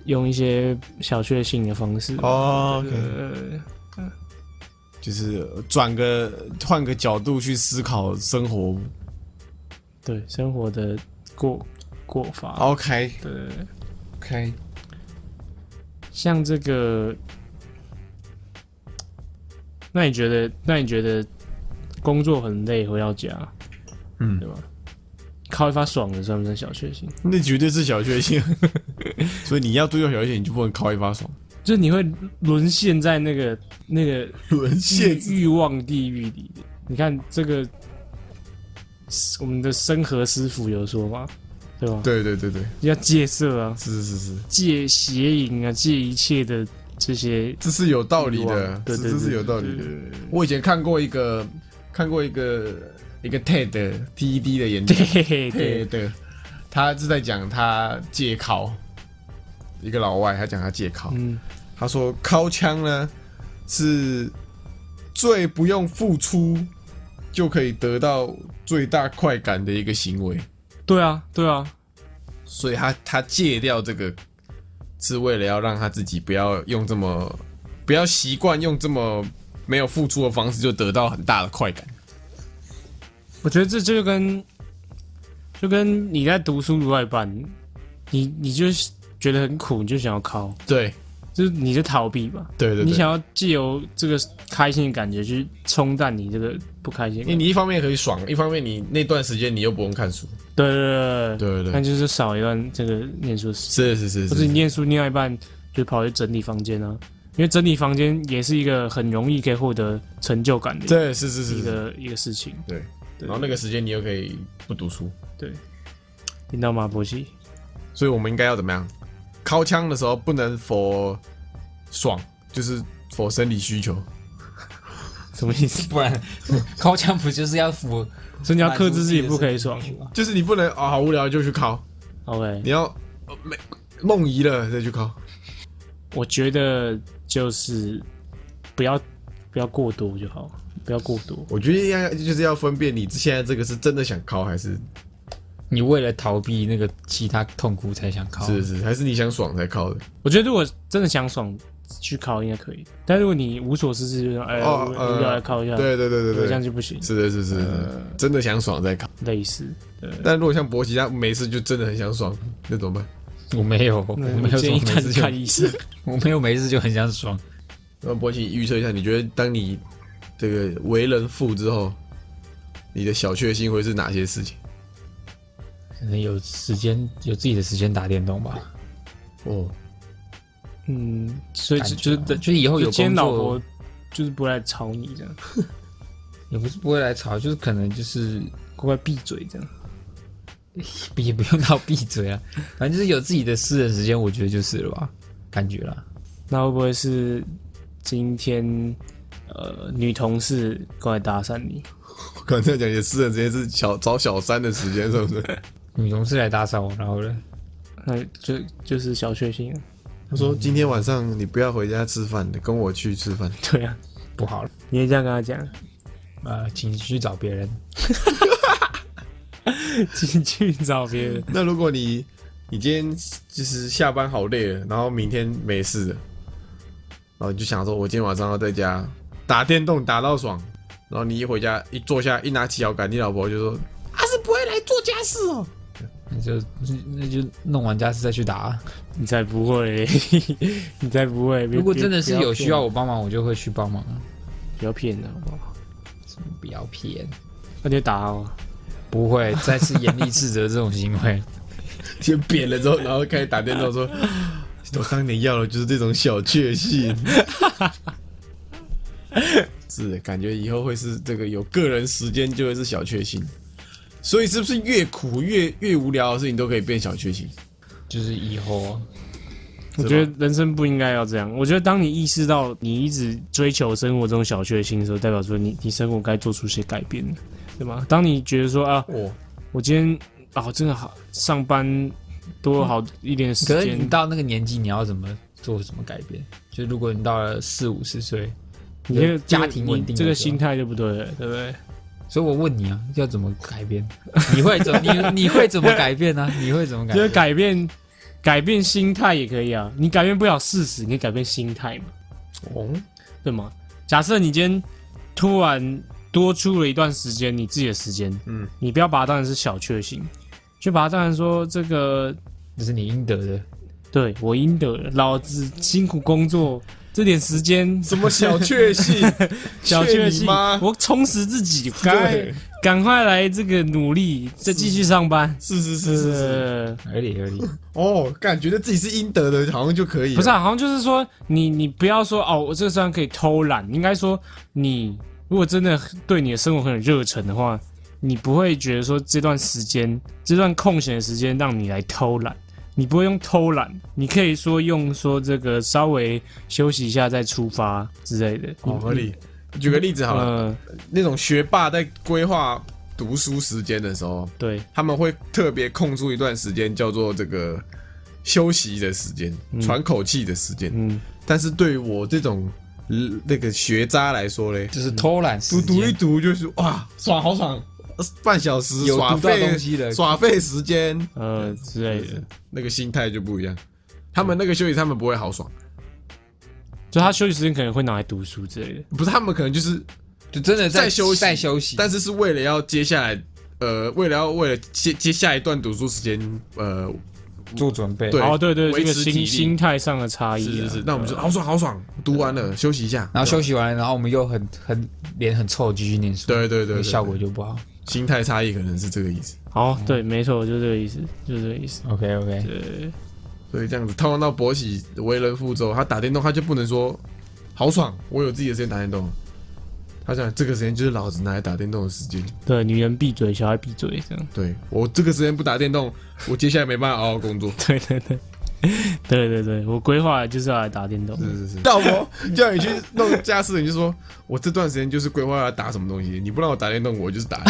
Speaker 3: 用一些小确幸的方式
Speaker 2: 哦，OK
Speaker 3: 呃，
Speaker 2: 就是转个换个角度去思考生活。
Speaker 3: 对生活的过过法。
Speaker 2: OK
Speaker 3: 对，
Speaker 2: OK，
Speaker 3: 像这个，那你觉得？那你觉得工作很累，回到家，
Speaker 2: 嗯
Speaker 3: 对吧？靠一发爽的算不算小确幸？
Speaker 2: 那绝对是小确幸。 所以你要追求小确幸，你就不能靠一发爽。
Speaker 3: 就是你会沦陷在那个那个
Speaker 2: 沦陷
Speaker 3: 欲欲望地狱里。你看这个，我们的生和师傅有说嘛，对吧？
Speaker 2: 对对对对，
Speaker 3: 要戒色啊，
Speaker 2: 是是是，
Speaker 3: 戒邪淫啊，戒一切的这些
Speaker 2: 这是有道理
Speaker 3: 欲
Speaker 2: 的
Speaker 3: 望，对
Speaker 2: 这
Speaker 3: 对
Speaker 2: 这是
Speaker 3: 对
Speaker 2: 有道理的
Speaker 3: 对。
Speaker 2: 我以前看过一个，看过一个一个 TED TED 的演讲
Speaker 3: 对对
Speaker 2: ，TED，他是在讲他戒考，一个老外，他讲他戒考，
Speaker 3: 嗯，
Speaker 2: 他说靠枪呢是最不用付出就可以得到最大快感的一个行为，
Speaker 3: 对啊，对啊，
Speaker 2: 所以他他戒掉这个，是为了要让他自己不要用这么不要习惯用这么没有付出的方式就得到很大的快感。
Speaker 3: 我觉得这这就跟就跟你在读书读到一半，你你就觉得很苦，你就想要靠，
Speaker 2: 对
Speaker 3: 就是你就逃避嘛。
Speaker 2: 对对对，
Speaker 3: 你想要借由这个开心的感觉去冲淡你这个不开心的
Speaker 2: 因
Speaker 3: 感
Speaker 2: 为
Speaker 3: 觉，
Speaker 2: 你一方面可以爽，一方面你那段时间你又不用看书。
Speaker 3: 对对对对
Speaker 2: 对对
Speaker 3: 那
Speaker 2: 对，
Speaker 3: 就是少一段这个念书的时间，
Speaker 2: 是是是
Speaker 3: 或者你
Speaker 2: 是，
Speaker 3: 念书念到一半就跑去整理房间啊，因为整理房间也是一个很容易可以获得成就感的一
Speaker 2: 对是是是
Speaker 3: 一
Speaker 2: 是，
Speaker 3: 个一个事情。
Speaker 2: 对。
Speaker 3: 对
Speaker 2: 然后那个时间你又可以不读书，
Speaker 3: 听到吗，博西？
Speaker 2: 所以我们应该要怎么样？掏枪的时候不能佛爽，就是佛生理需求。
Speaker 3: 什么意 思？
Speaker 4: 不然 高腔不就是要符？
Speaker 3: 所以你要克制自己，不可以爽。
Speaker 2: 就是你不能啊、好无聊就去考，
Speaker 3: OK，
Speaker 2: 你要呃没梦遗了再去考。
Speaker 3: 我觉得就是不要不要过多就好，不要过多。
Speaker 2: 我觉得要就是要分辨你现在这个是真的想考还是
Speaker 4: 你为了逃避那个其他痛苦才想考，
Speaker 2: 是是还是你想爽才考的。
Speaker 3: 我觉得如果真的想爽，去考应该可以。但如果你无所事事，就说哎，
Speaker 2: 哦
Speaker 3: 我
Speaker 2: 呃
Speaker 3: 我要来考一下，
Speaker 2: 对对对对
Speaker 3: 啊这呃样
Speaker 2: 对，
Speaker 3: 就不行。
Speaker 2: 是的是是是是，真的想爽再考。
Speaker 3: 类似，对，
Speaker 2: 但如果像博奇他没事就真的很想爽，那怎么办？
Speaker 4: 我没有，我
Speaker 3: 那
Speaker 4: 没
Speaker 3: 我
Speaker 4: 有
Speaker 3: 建议
Speaker 4: 这种
Speaker 3: 他
Speaker 4: 没
Speaker 3: 去
Speaker 4: 事就
Speaker 3: 看医生。
Speaker 4: 我没有没事就很想爽。
Speaker 2: 那博奇预测一下，你觉得当你这个为人父之后，你的小确幸会是哪些事情？
Speaker 4: 可能有时间有自己的时间打电动吧，
Speaker 2: 哦，
Speaker 3: 嗯，所以
Speaker 4: 感
Speaker 3: 就
Speaker 4: 觉
Speaker 3: 就
Speaker 4: 啊
Speaker 3: 是
Speaker 4: 就是以后有
Speaker 3: 就今天
Speaker 4: 工
Speaker 3: 老
Speaker 4: 作
Speaker 3: 婆就是不来吵你这样，
Speaker 4: 也不是不会来吵，就是可能就是
Speaker 3: 乖乖闭嘴这样。
Speaker 4: 也不用到闭 嘴啊，反正就是有自己的私人时间，我觉得就是了吧，感觉啦。
Speaker 3: 那会不会是今天呃女同事过来搭讪你？
Speaker 2: 我刚才讲你的私人时间是小找小三的时间，是不是？
Speaker 4: 女同事来打扫我，然后呢，
Speaker 3: 那就就是小确幸 啊，
Speaker 2: 他说今天晚上你不要回家吃饭，你跟我去吃饭。
Speaker 3: 对啊，
Speaker 4: 不好了，
Speaker 3: 你也这样跟他讲，
Speaker 4: 呃，请去找别人。
Speaker 3: 请去找别人。
Speaker 2: 那如果你你今天就是下班好累了，然后明天没事了，然后你就想说，我今天晚上要在家打电动打到爽，然后你一回家一坐下一拿起摇杆，你老婆就说啊是不会来做家事哦。
Speaker 4: 那就那就弄完家事再去打啊。
Speaker 3: 你才不会， 你才不会。别
Speaker 4: 如果真的是
Speaker 3: 别
Speaker 4: 有需要我帮忙，我就会去帮忙啊。
Speaker 3: 不要骗人好不好？
Speaker 4: 不要骗，
Speaker 3: 那你就打哦。
Speaker 4: 不会再次严厉斥责这种行为。
Speaker 2: 先扁了之后，然后开始打电动说，我当年要的就是这种小确幸。 是，感觉以后会是这个有个人时间就会是小确幸，所以是不是越苦越越无聊的事情都可以变小确幸？
Speaker 4: 就是以后啊
Speaker 3: 我觉得人生不应该要这样。我觉得当你意识到你一直追求生活中小确幸的时候，代表说你你生活该做出些改变了，对吗？当你觉得说啊，
Speaker 2: 哦，
Speaker 3: 我今天啊真的好上班多好一点时
Speaker 4: 可是你
Speaker 3: 间，
Speaker 4: 到那个年纪，你要怎么做什么改变？就如果你到了四五十岁，
Speaker 3: 你这个
Speaker 4: 家庭稳定的
Speaker 3: 这个
Speaker 4: 时候
Speaker 3: 心态就不对了，对不对？
Speaker 4: 所以我问你啊，要怎么改变？ 你会怎么你你会怎么改变呢、啊你会怎么改
Speaker 3: 就是
Speaker 4: 变？
Speaker 3: 改变改变心态也可以啊，你改变不了事实，你可以改变心态嘛，
Speaker 2: 哦，
Speaker 3: 对吗？假设你今天突然多出了一段时间，你自己的时间，
Speaker 2: 嗯，
Speaker 3: 你不要把它当成是小确幸，就把它当成说这个
Speaker 4: 这是你应得的。
Speaker 3: 对我应得了，老子辛苦工作这点时间，
Speaker 2: 什么小确幸？
Speaker 3: 小确幸
Speaker 2: 吗？，
Speaker 3: 我充实自己，该
Speaker 2: 对
Speaker 3: 赶快来这个努力，再继续上班。
Speaker 2: 是是是是是。
Speaker 3: 呃
Speaker 4: 合理合理，
Speaker 2: 哦，感觉得自己是应得的，好像就可以了。
Speaker 3: 不是、啊，好像就是说你你不要说哦，我这个虽然可以偷懒，应该说你如果真的对你的生活很有热忱的话，你不会觉得说这段时间这段空闲的时间让你来偷懒。你不会用偷懒，你可以说用说这个稍微休息一下再出发之类的。嗯
Speaker 2: 哦，合理。举个例子好了，
Speaker 3: 呃，
Speaker 2: 那种学霸在规划读书时间的时候，
Speaker 3: 对，
Speaker 2: 他们会特别空出一段时间，叫做这个休息的时间、喘口气的时间。
Speaker 3: 嗯，
Speaker 2: 但是对于我这种嗯那个学渣来说嘞，
Speaker 4: 就是偷懒时
Speaker 2: 读
Speaker 4: 间。
Speaker 2: 读一读就是哇，爽好爽，呃半小时
Speaker 4: 有
Speaker 2: 耍
Speaker 4: 读到
Speaker 2: 废
Speaker 4: 东西了
Speaker 2: 耍废时间，
Speaker 3: 呃之类的。
Speaker 2: 那个心态就不一样。他们那个休息，他们不会豪爽，
Speaker 3: 就他休息时间可能会拿来读书之类的。
Speaker 2: 不是他们可能就是，
Speaker 4: 就真的
Speaker 2: 在
Speaker 4: 在
Speaker 2: 休息
Speaker 4: 在休息。
Speaker 2: 但是是为了要接下来，呃，为了要为了接接下一段读书时间，呃，
Speaker 4: 做准备。
Speaker 2: 对
Speaker 3: 哦，对对，
Speaker 2: 维
Speaker 3: 这个
Speaker 2: 持体力
Speaker 3: 心心态上的差异、
Speaker 2: 是
Speaker 3: 啊。
Speaker 2: 是是，那我们就
Speaker 3: 对吧
Speaker 2: 豪爽豪爽，读完了休息一下，对吧
Speaker 4: 然后休息完了，然后我们又很很脸很臭，继续念书。
Speaker 2: 对对对
Speaker 4: 那
Speaker 2: 对
Speaker 4: 个
Speaker 2: 对
Speaker 4: 效果就不好。
Speaker 2: 心态差异可能是这个意思。
Speaker 3: 哦，对，没错，就这个意思，就这个意思。
Speaker 4: OK OK，
Speaker 3: 对，
Speaker 2: 所以这样子套用到博喜为人父之后，他打电动他就不能说豪爽，我有自己的时间打电动。他想这个时间就是老子拿来打电动的时间，
Speaker 3: 对，女人闭嘴，小孩闭嘴，这样。
Speaker 2: 对我这个时间不打电动，我接下来没办法好好工作。
Speaker 3: 对对对，对对对，我规划就是要来打电动。
Speaker 2: 是是是，到我叫你去弄家事，你就说我这段时间就是规划要打什么东西，你不让我打电动，我就是打。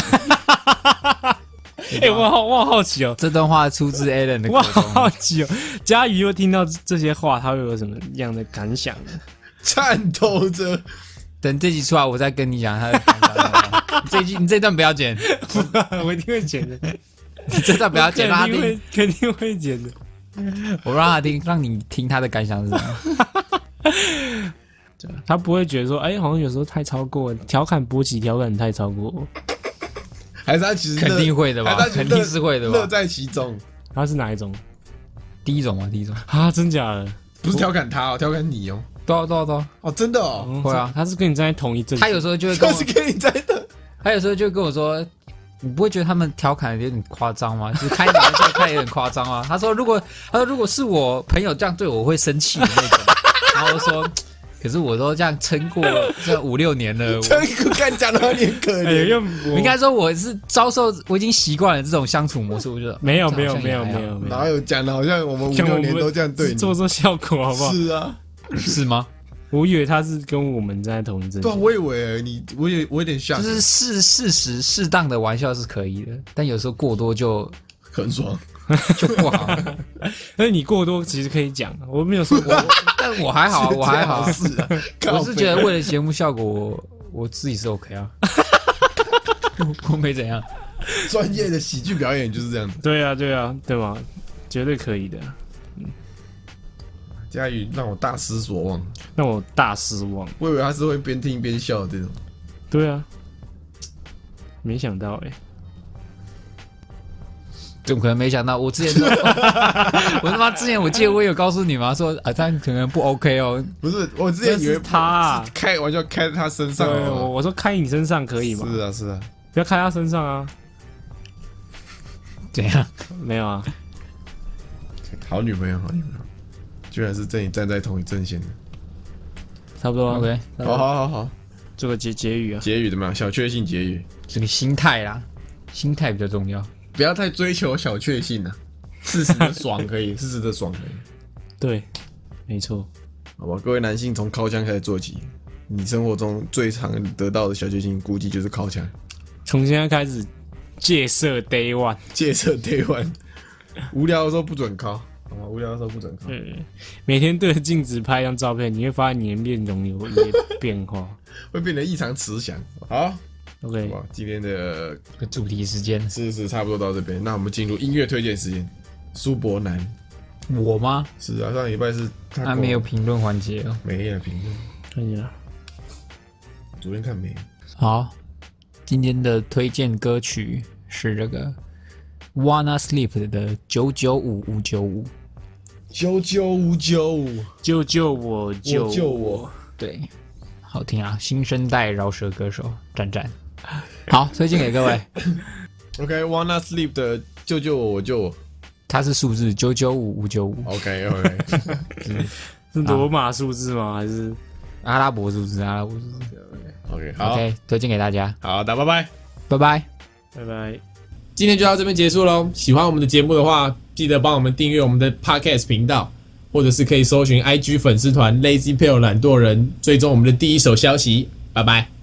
Speaker 3: 哎、我好我好好奇哦，
Speaker 4: 这段话出自 Alan 的口
Speaker 3: 我好
Speaker 4: 中，
Speaker 3: 好奇哦，佳瑜又听到这些话，他会有什么样的感想呢？
Speaker 2: 颤抖着，
Speaker 4: 等这集出来，我再跟你讲他的想法。你这一句你这段不要剪，
Speaker 3: 我一定会 剪的，啊
Speaker 4: 你这段不要剪，让他
Speaker 3: 肯定
Speaker 4: 听
Speaker 3: 会，肯定会剪的。
Speaker 4: 我让他听，让你听他的感想是什么。
Speaker 3: 他不会觉得说，哎、好像有时候太超过了，调侃波奇调侃太超过，
Speaker 2: 还是他其实乐
Speaker 4: 肯定会的吧
Speaker 2: 还是他其实
Speaker 4: 肯定
Speaker 2: 乐
Speaker 4: 是会的吧
Speaker 2: 乐在其中，
Speaker 3: 他是哪一种
Speaker 4: 第一种嘛，第一种，
Speaker 3: 啊？真假的？
Speaker 2: 不是调侃他哦，调侃你哦，
Speaker 4: 对啊对啊对啊，
Speaker 2: 哦，真的哦，
Speaker 4: 会啊
Speaker 3: 嗯他是跟你站在同一阵线。
Speaker 4: 他有时候就会跟
Speaker 2: 就
Speaker 4: 我
Speaker 2: 是，跟你在的，
Speaker 4: 他有时候就会跟我说。你不会觉得他们调侃的有点夸张吗？就是开你玩笑开得有点夸张啊。他说如果他说如果是我朋友这样对我，我会生气的那种。然后我说，可是我都这样撑过这五六年 了，我
Speaker 2: 真苦干讲的有点可
Speaker 3: 哎、
Speaker 2: 怜。
Speaker 3: 又
Speaker 4: 我
Speaker 3: 我
Speaker 4: 应该说我是遭受，我已经习惯了这种相处模式，我觉得
Speaker 3: 没有
Speaker 4: 这
Speaker 3: 没有
Speaker 4: 好像
Speaker 3: 没
Speaker 4: 也
Speaker 3: 有
Speaker 4: 还好
Speaker 3: 没有没
Speaker 2: 哪
Speaker 3: 有，
Speaker 2: 有讲的好像我们五
Speaker 3: 像我
Speaker 2: 六
Speaker 3: 们
Speaker 2: 年都这样对
Speaker 3: 是
Speaker 2: 你？
Speaker 3: 做做效果好不好？
Speaker 2: 是啊，
Speaker 4: 是吗？
Speaker 3: 我以为他是跟我们站在同一阵
Speaker 2: 对啊，
Speaker 3: 线。
Speaker 2: 我以为你，我有我有点吓，
Speaker 4: 就是适适时适当的玩笑是可以的，但有时候过多就
Speaker 2: 很爽。
Speaker 4: 就不 好。
Speaker 3: 但是哎你过多其实可以讲，我没有说过。
Speaker 4: 但我还好啊，我还好 啊，
Speaker 2: 是啊，
Speaker 4: 我是觉得为了节目效果，我我自己是 OK 啊， 我没怎样。
Speaker 2: 靠北专业的喜剧表演就是这样子。
Speaker 3: 对啊对啊，对吧？绝对可以的。
Speaker 2: 佳宇让我大失所望，
Speaker 3: 让我大失望。
Speaker 2: 我以为他是会边听边笑的这种。
Speaker 3: 对啊，没想到哎、
Speaker 4: 怎么可能没想到？我之前都 我他妈之前我记得我有告诉你嘛，说啊，但可能不 OK 哦，
Speaker 2: 不是，我之
Speaker 3: 这
Speaker 2: 前以
Speaker 3: 是
Speaker 2: 为
Speaker 3: 他、啊。
Speaker 2: 开玩笑开在他身
Speaker 3: 对，
Speaker 2: 上的
Speaker 3: 我
Speaker 2: 嘛。
Speaker 3: 我说开你身上可以吗？
Speaker 2: 是啊，是啊，
Speaker 3: 不要开他身上啊，
Speaker 4: 怎样？
Speaker 3: 没有啊，
Speaker 2: 好女朋友，好女朋友，居然是跟你站在同一阵线的。
Speaker 3: 差不多啊
Speaker 4: OK
Speaker 3: 差不
Speaker 2: 好
Speaker 3: 多
Speaker 2: 好好好，
Speaker 3: 做个结结语啊。
Speaker 2: 结语怎么样？小确幸结语，
Speaker 4: 这个心态啦，心态比较重要。
Speaker 2: 不要太追求小确幸啊，适时的爽可以，适 时的爽可以，
Speaker 3: 对，没错，
Speaker 2: 好吧？各位男性从靠枪开始做起，你生活中最常得到的小确幸，估计就是靠枪。
Speaker 3: 从现在开始戒色 Day One。
Speaker 2: 戒色 day one，无聊的时候不准靠，好吗？无聊的时候不准靠。
Speaker 3: 对，每天对着镜子拍一张照片，你会发现你的面容有一些变化。
Speaker 2: 会变得异常慈祥。好，
Speaker 3: OK，
Speaker 2: 哇，今天的
Speaker 4: 主题时间，
Speaker 2: 知识差不多到这边，那我们进入音乐推荐时间。苏伯南
Speaker 4: 我吗？
Speaker 2: 是啊，上礼拜是他
Speaker 4: 他
Speaker 2: 狗
Speaker 4: 没有评论环节哦。
Speaker 2: 没了评论，
Speaker 3: 看一下，
Speaker 2: 昨天看没了。
Speaker 4: 好，今天的推荐歌曲是这个 Wanna Sleep 的九九五五九五。
Speaker 2: 九九五九五，
Speaker 3: 救救我，救
Speaker 2: 我救我！
Speaker 4: 对，好听啊，新生代饶舌歌手战战。好，推荐给各位，
Speaker 2: OK，Wanna、Sleep 的救救我，我救我。
Speaker 4: 它是数字九九五五九五，
Speaker 2: OK OK，
Speaker 3: 是罗马数字吗？还是
Speaker 4: 阿拉伯数字，阿拉伯数字。
Speaker 2: OK，好
Speaker 4: OK，推荐给大家，
Speaker 2: 好，打拜拜。
Speaker 4: 拜拜。
Speaker 3: 拜拜？
Speaker 1: 今天就到这边结束喽。喜欢我们的节目的话，记得帮我们订阅我们的 Podcast 频道，或者是可以搜寻 IG 粉丝团 Lazy p a l e 懒惰人，追踪我们的第一手消息。拜拜。